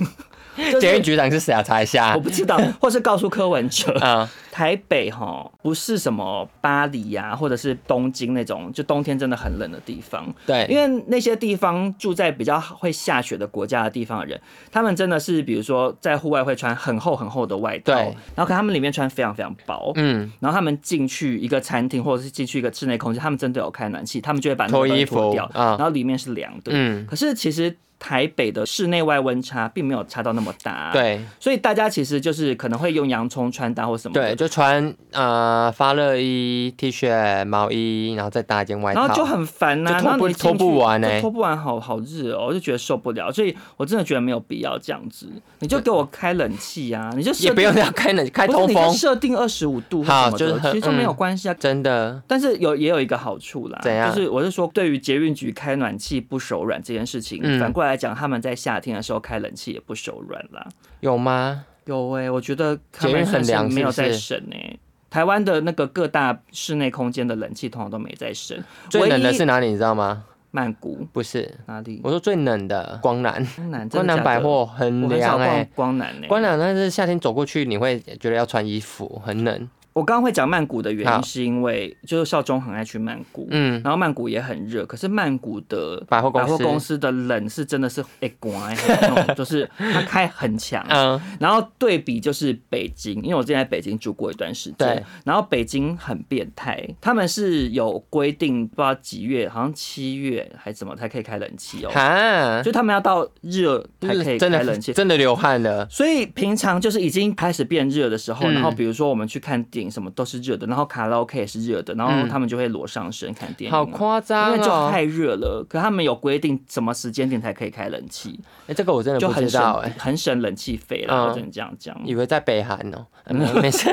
[SPEAKER 3] 捷运局长是谁啊？查一下
[SPEAKER 2] 我。不知道，或是告诉柯文哲，
[SPEAKER 3] 啊、
[SPEAKER 2] 台北哈不是什么巴黎呀、或者是东京那种，就冬天真的很冷的地方。因
[SPEAKER 3] 对，
[SPEAKER 2] 为那些地方住在比较会下雪的国家的地方的人，他们真的是比如说在户外会穿很厚很厚的外套，
[SPEAKER 3] 对
[SPEAKER 2] 然后可他们里面穿非常非常薄，
[SPEAKER 3] 嗯，
[SPEAKER 2] 然后他们进去一个餐厅或者是进去一个室内空间，他们真的有开暖气，他们就会把那个
[SPEAKER 3] 脱
[SPEAKER 2] 东西
[SPEAKER 3] 衣
[SPEAKER 2] 脱
[SPEAKER 3] 服
[SPEAKER 2] 掉，
[SPEAKER 3] 啊
[SPEAKER 2] 然后里面是凉的。
[SPEAKER 3] 嗯
[SPEAKER 2] 可是其实台北的室内外温差并没有差到那么大，，
[SPEAKER 3] 对
[SPEAKER 2] 所以大家其实就是可能会用洋葱穿搭或什么的
[SPEAKER 3] 对，就穿呃发热衣、T 恤、毛衣，然后再搭一件外套，
[SPEAKER 2] 然后就很烦呐、
[SPEAKER 3] 就拖
[SPEAKER 2] 然后
[SPEAKER 3] 不
[SPEAKER 2] 你进
[SPEAKER 3] 拖不
[SPEAKER 2] 去
[SPEAKER 3] 完
[SPEAKER 2] 就
[SPEAKER 3] 欸
[SPEAKER 2] 拖不完好，好热哦，我就觉得受不了，所以我真的觉得没有必要这样子，你就给我开冷气啊，你就设
[SPEAKER 3] 也不用
[SPEAKER 2] 定
[SPEAKER 3] 要开冷，开
[SPEAKER 2] 不是
[SPEAKER 3] 通
[SPEAKER 2] 你就
[SPEAKER 3] 风，
[SPEAKER 2] 设定二十五度或
[SPEAKER 3] 好
[SPEAKER 2] 什么
[SPEAKER 3] 就
[SPEAKER 2] 的，
[SPEAKER 3] 是很
[SPEAKER 2] 其实就没有
[SPEAKER 3] 嗯
[SPEAKER 2] 关系啊。
[SPEAKER 3] 真的，
[SPEAKER 2] 但是有也有一个好处啦，
[SPEAKER 3] 怎样
[SPEAKER 2] 就是我是说，对于捷运局开暖气不手软这件事情，
[SPEAKER 3] 嗯
[SPEAKER 2] 反过来讲，他们在夏天的时候开冷气也不手软啦。
[SPEAKER 3] 有欸吗？
[SPEAKER 2] 有哎、我觉得他
[SPEAKER 3] 捷
[SPEAKER 2] 们
[SPEAKER 3] 运很
[SPEAKER 2] 算
[SPEAKER 3] 凉
[SPEAKER 2] 是没有
[SPEAKER 3] 是不
[SPEAKER 2] 在
[SPEAKER 3] 是
[SPEAKER 2] 省哎、台湾的那个各大室内空间的冷气通常都没在省，
[SPEAKER 3] 最冷的是
[SPEAKER 2] 唯一
[SPEAKER 3] 哪里？你知道吗？
[SPEAKER 2] 曼谷
[SPEAKER 3] 不是，
[SPEAKER 2] 哪里？
[SPEAKER 3] 我说最冷的光南，
[SPEAKER 2] 光南，真
[SPEAKER 3] 光
[SPEAKER 2] 的
[SPEAKER 3] 南
[SPEAKER 2] 假
[SPEAKER 3] 百
[SPEAKER 2] 的，
[SPEAKER 3] 货很
[SPEAKER 2] 我很少
[SPEAKER 3] 凉哎、
[SPEAKER 2] 逛欸光南呢。
[SPEAKER 3] 光南，但是夏天走过去，你会觉得要穿衣服，很冷。
[SPEAKER 2] 我刚刚会讲曼谷的原因，
[SPEAKER 3] 好
[SPEAKER 2] 是因为就是少中很爱去曼谷，
[SPEAKER 3] 嗯，
[SPEAKER 2] 然后曼谷也很热，可是曼谷的
[SPEAKER 3] 百货公
[SPEAKER 2] 百
[SPEAKER 3] 司
[SPEAKER 2] 货公司的冷是真的是哎乖，那 种就是它开很强。
[SPEAKER 3] 嗯，
[SPEAKER 2] 然后对比就是北京，因为我之前在北京住过一段时间
[SPEAKER 3] 对，
[SPEAKER 2] 然后北京很变态，他们是有规定，不知道几月，好像七月还是怎么才可以开冷气哦，
[SPEAKER 3] 哈，
[SPEAKER 2] 就他们要到热才
[SPEAKER 3] 就
[SPEAKER 2] 可以
[SPEAKER 3] 是真
[SPEAKER 2] 开
[SPEAKER 3] 的
[SPEAKER 2] 冷气，
[SPEAKER 3] 真的流汗了。
[SPEAKER 2] 所以平常就是已经开始变热的时候，
[SPEAKER 3] 嗯
[SPEAKER 2] 然后比如说我们去看电影，什么都是热的，然后卡拉 OK 也是热的，然后
[SPEAKER 3] 嗯
[SPEAKER 2] 他们就会裸上身看电影啊、
[SPEAKER 3] 好夸
[SPEAKER 2] 因
[SPEAKER 3] 张
[SPEAKER 2] 为就
[SPEAKER 3] 哦！
[SPEAKER 2] 太热了。可他们有规定什么时间点才可以开冷气，
[SPEAKER 3] 哎、这个我真的
[SPEAKER 2] 就
[SPEAKER 3] 不
[SPEAKER 2] 很
[SPEAKER 3] 知
[SPEAKER 2] 省、
[SPEAKER 3] 道哎、
[SPEAKER 2] 很省冷气费啦。
[SPEAKER 3] 嗯
[SPEAKER 2] 我只能这样讲，
[SPEAKER 3] 以为在北韩哦、没没 事，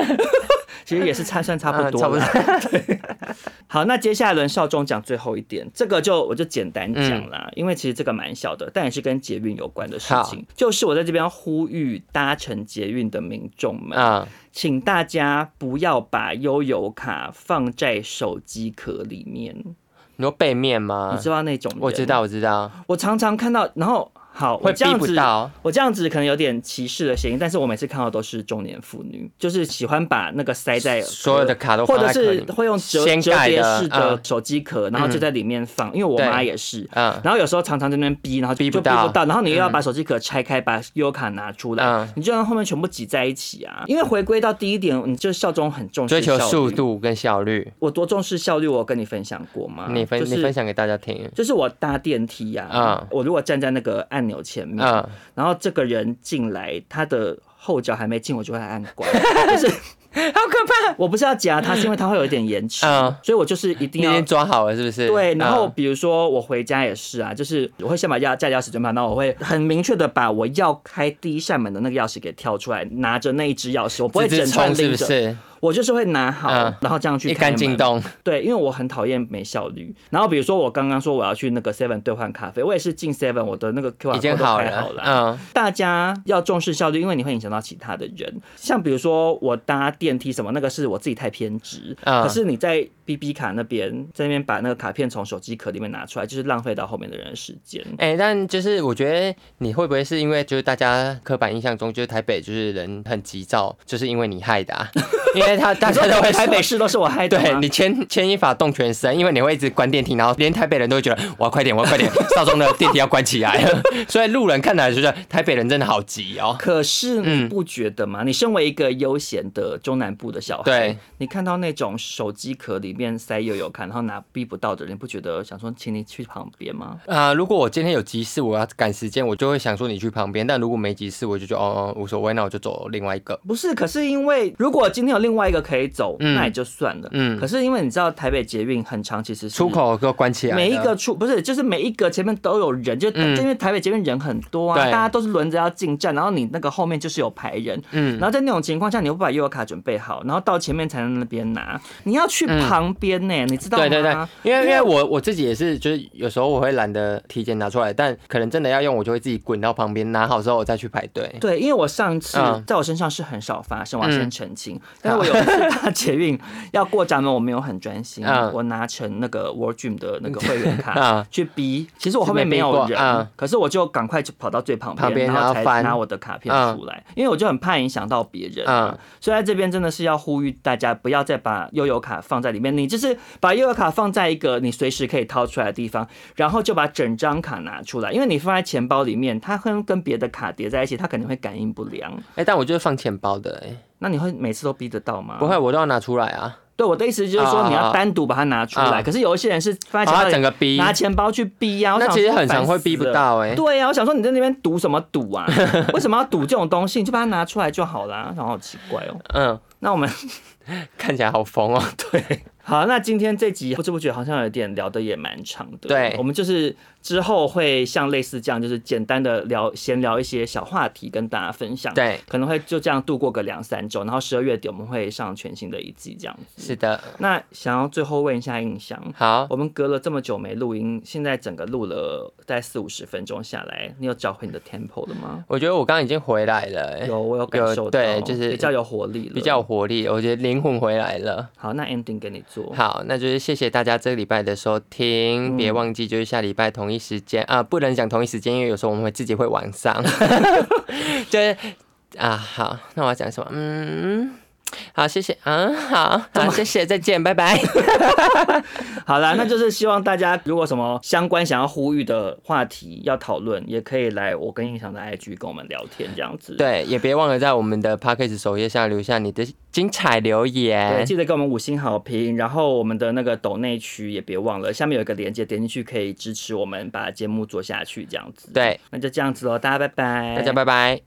[SPEAKER 2] 其实也是差算差不
[SPEAKER 3] 嗯
[SPEAKER 2] 多 啦。 好，那接下来轮少中讲最后一点，这个就我就简单讲
[SPEAKER 3] 嗯
[SPEAKER 2] 啦，因为其实这个蛮小的，但也是跟捷运有关的事情。就是我在这边呼吁搭乘捷运的民众们
[SPEAKER 3] 啊，
[SPEAKER 2] 请大家不要把悠游卡放在手机壳里面，
[SPEAKER 3] 你说背面吗
[SPEAKER 2] 你？知道那种人
[SPEAKER 3] 啊我知道，，我知道，
[SPEAKER 2] 我常常看到，然后好，我
[SPEAKER 3] 会
[SPEAKER 2] 这
[SPEAKER 3] 逼
[SPEAKER 2] 样
[SPEAKER 3] 不
[SPEAKER 2] 子。呃
[SPEAKER 3] 到。
[SPEAKER 2] 我这样子可能有点歧视的嫌疑，但是我每次看到都是中年妇女，就是喜欢把那个塞在
[SPEAKER 3] 所有的卡都
[SPEAKER 2] 或
[SPEAKER 3] 放
[SPEAKER 2] 者
[SPEAKER 3] 在壳里
[SPEAKER 2] 是
[SPEAKER 3] 面
[SPEAKER 2] 会用折
[SPEAKER 3] 掀
[SPEAKER 2] 折
[SPEAKER 3] 盖
[SPEAKER 2] 叠
[SPEAKER 3] 的嗯
[SPEAKER 2] 式的手机壳，然后就在里面放。因为我
[SPEAKER 3] 对
[SPEAKER 2] 妈也是，
[SPEAKER 3] 嗯
[SPEAKER 2] 然后有时候常常在那边逼，然后就
[SPEAKER 3] 逼不
[SPEAKER 2] 就逼不
[SPEAKER 3] 到
[SPEAKER 2] 到，然后你又要把手机壳拆开，把优卡拿出来
[SPEAKER 3] 嗯，
[SPEAKER 2] 你就让后面全部挤在一起啊。因为回归到第一点，你就效忠很重视
[SPEAKER 3] 追求
[SPEAKER 2] 效率
[SPEAKER 3] 速。度跟效率。
[SPEAKER 2] 我多重视效率，我有跟你分享过吗？
[SPEAKER 3] 你分、
[SPEAKER 2] 啊就是
[SPEAKER 3] 你分享给大家听。
[SPEAKER 2] 就是我搭电梯呀、
[SPEAKER 3] 嗯
[SPEAKER 2] 我如果站在那个按钮前面，
[SPEAKER 3] 嗯，
[SPEAKER 2] 然后这个人进来，他的后脚还没进，我就会按 关，就是
[SPEAKER 3] 好可怕！
[SPEAKER 2] 我不是要夹他，是因为他会有一点延迟，
[SPEAKER 3] 嗯
[SPEAKER 2] 所以我就是一
[SPEAKER 3] 你已
[SPEAKER 2] 定要
[SPEAKER 3] 经。抓好了是不是？
[SPEAKER 2] 对，然后
[SPEAKER 3] 嗯
[SPEAKER 2] 比如说我回家也是啊，就是我会先把钥家里钥匙准备好，然后我会很明确的把我要开第一扇门的那个钥匙给挑出来，拿着那一只钥匙，我不会
[SPEAKER 3] 直
[SPEAKER 2] 整
[SPEAKER 3] 直
[SPEAKER 2] 串
[SPEAKER 3] 冲是
[SPEAKER 2] 拎
[SPEAKER 3] 不
[SPEAKER 2] 着，
[SPEAKER 3] 是？
[SPEAKER 2] 我就是会拿好，
[SPEAKER 3] 嗯
[SPEAKER 2] 然后这样去
[SPEAKER 3] 一
[SPEAKER 2] 开
[SPEAKER 3] 杆
[SPEAKER 2] 门。
[SPEAKER 3] 进洞，
[SPEAKER 2] 对，因为我很讨厌没效率。然后比如说我刚刚说我要去那个 Seven 兑换咖啡，我也是进 Seven，我的那个 QR
[SPEAKER 3] 已
[SPEAKER 2] code
[SPEAKER 3] 经
[SPEAKER 2] 都开好
[SPEAKER 3] 好了。
[SPEAKER 2] 了。
[SPEAKER 3] 嗯，
[SPEAKER 2] 大家要重视效率，因为你会影响到其他的人。像比如说我搭电梯什么，那个是我自己太偏执。
[SPEAKER 3] 嗯
[SPEAKER 2] 可是你在 B B 卡那边，在那边把那个卡片从手机壳里面拿出来，就是浪费到后面的人的时间。
[SPEAKER 3] 哎、但就是我觉得你会不会是因为就是大家刻板印象中就是台北就是人很急躁，就是因为你害的、啊， 因为他大
[SPEAKER 2] 你说
[SPEAKER 3] 家都会
[SPEAKER 2] 台北
[SPEAKER 3] 说。
[SPEAKER 2] 市都是 我害的
[SPEAKER 3] 对
[SPEAKER 2] 吗
[SPEAKER 3] 你？牵牵一发动全身，因为你会一直关电梯，然后连台北人都会觉得我要快点，我要 快点，少中的电梯要关起来 了。所以路人看来就是台北人真的好急哦。
[SPEAKER 2] 可是你
[SPEAKER 3] 嗯
[SPEAKER 2] 不觉得吗？你身为一个悠闲的中南部的小孩，
[SPEAKER 3] 对，
[SPEAKER 2] 你看到那种手机壳里面塞悠悠看，然后拿逼不到的人，你不觉得想说请你去旁边吗？
[SPEAKER 3] 啊、如果我今天有急事，我要赶时间，我就会想说你去旁边；但如果没急事，我就觉得哦哦无所谓，那我就走另外一个。
[SPEAKER 2] 不是，可是因为如果今天有另外一个可以走，
[SPEAKER 3] 嗯
[SPEAKER 2] 那也就算了。
[SPEAKER 3] 嗯
[SPEAKER 2] 可是因为你知道台北捷运很长，其实是
[SPEAKER 3] 出口都关起来了，
[SPEAKER 2] 每一个出不是就是每一个前面都有人，就、
[SPEAKER 3] 嗯
[SPEAKER 2] 就因为台北捷运人很多啊，
[SPEAKER 3] 对
[SPEAKER 2] 大家都是轮着要进站，然后你那个后面就是有排人，
[SPEAKER 3] 嗯
[SPEAKER 2] 然后在那种情况下，你又不把悠游卡准备好，然后到前面才能那边拿，你要去旁旁边呢，你知道吗？
[SPEAKER 3] 嗯对对对，因为因为我我自己也是，就是有时候我会懒得体检拿出来，但可能真的要用，我就会自己滚到旁边拿好之后我再去排队。
[SPEAKER 2] 对，因为我上次
[SPEAKER 3] 嗯
[SPEAKER 2] 在我身上是很少发生，我要先
[SPEAKER 3] 嗯
[SPEAKER 2] 澄清。但是我有一次搭捷运要过闸门，我没有很专心，
[SPEAKER 3] 嗯
[SPEAKER 2] 我拿成那个 World Dream 的那个会员卡
[SPEAKER 3] 嗯
[SPEAKER 2] 去逼，其实我后面
[SPEAKER 3] 是没
[SPEAKER 2] 没
[SPEAKER 3] 逼
[SPEAKER 2] 有
[SPEAKER 3] 过
[SPEAKER 2] 人
[SPEAKER 3] 嗯，
[SPEAKER 2] 可是我就赶快就跑到最旁
[SPEAKER 3] 旁边
[SPEAKER 2] 然后
[SPEAKER 3] 然
[SPEAKER 2] 才
[SPEAKER 3] 后翻
[SPEAKER 2] 拿我的卡片
[SPEAKER 3] 嗯
[SPEAKER 2] 出来，因为我就很怕影响到别人啊。
[SPEAKER 3] 嗯
[SPEAKER 2] 所以在这边真的是要呼吁大家不要再把悠游卡放在里面，你就是把悠游卡放在一个你随时可以掏出来的地方，然后就把整张卡拿出来，因为你放在钱包里面，它跟跟别的卡叠在一起，它肯定会感应不良。
[SPEAKER 3] 哎、但我就是放钱包的、哎，
[SPEAKER 2] 那你会每次都逼得到吗？
[SPEAKER 3] 不会，。我都要拿出来啊，
[SPEAKER 2] 对，我的意思就是说
[SPEAKER 3] 啊
[SPEAKER 2] 你要单独把它拿出来，
[SPEAKER 3] 啊
[SPEAKER 2] 可是有一些人是放在
[SPEAKER 3] 然
[SPEAKER 2] 钱包
[SPEAKER 3] 后
[SPEAKER 2] 里
[SPEAKER 3] 啊整个逼，
[SPEAKER 2] 拿钱包去逼呀、啊，我
[SPEAKER 3] 那
[SPEAKER 2] 想
[SPEAKER 3] 其实
[SPEAKER 2] 说
[SPEAKER 3] 很常
[SPEAKER 2] 烦
[SPEAKER 3] 会
[SPEAKER 2] 死
[SPEAKER 3] 逼不
[SPEAKER 2] 了。
[SPEAKER 3] 到哎、
[SPEAKER 2] 对啊呀、我想说你在那边赌什么 赌啊？为什么要赌这种东西？你就把它拿出来就好啦。然后好奇怪哦。
[SPEAKER 3] 嗯，
[SPEAKER 2] 那我们
[SPEAKER 3] 看起来好疯哦、
[SPEAKER 2] 好，那今天这集不知不觉好像有点聊的也蛮长的。
[SPEAKER 3] 对
[SPEAKER 2] 我们就是之后会像类似这样，就是简单的聊闲聊一些小话题跟大家分享。，
[SPEAKER 3] 对，
[SPEAKER 2] 可能会就这样度过个两三周，然后十二月底我们会上全新的一季这样子。
[SPEAKER 3] 是的，
[SPEAKER 2] 那想要最后问一下印象，
[SPEAKER 3] 好，
[SPEAKER 2] 我们隔了这么久没录音，现在整个录了大概四五十分钟下来，你有找回你的 tempo 了吗？
[SPEAKER 3] 我觉得我刚刚已经回来了、哎
[SPEAKER 2] 有，我有感
[SPEAKER 3] 有
[SPEAKER 2] 受到，
[SPEAKER 3] 对就是
[SPEAKER 2] 比较有活力了，
[SPEAKER 3] 比较有活力，我觉得灵魂回来了。
[SPEAKER 2] 好。那 ending 给你做，
[SPEAKER 3] 好，那就是谢谢大家这个礼拜的收听，别、忘记就是下礼拜同一时间啊、不能讲同一时间，因为有时候我们会自己会晚 上，就是啊，好，那我要讲什么？嗯，好，谢谢，嗯，好，好，谢谢，再见，拜 拜。
[SPEAKER 2] 好啦，那就是希望大家如果什么相关想要呼吁的话题要讨论，也可以来我跟印象的 IG 跟我们聊天这样子。
[SPEAKER 3] 对，也别忘了在我们的 p a c k a g e 首页下留下你的精彩留
[SPEAKER 2] 对，
[SPEAKER 3] 言。
[SPEAKER 2] 记得给我们五星好评，然后我们的那个抖内区也别忘了，下面有一个链接，点进去可以支持我们把节目做下去这样子。
[SPEAKER 3] 对，
[SPEAKER 2] 那就这样子喽，大家拜拜，
[SPEAKER 3] 大家拜拜。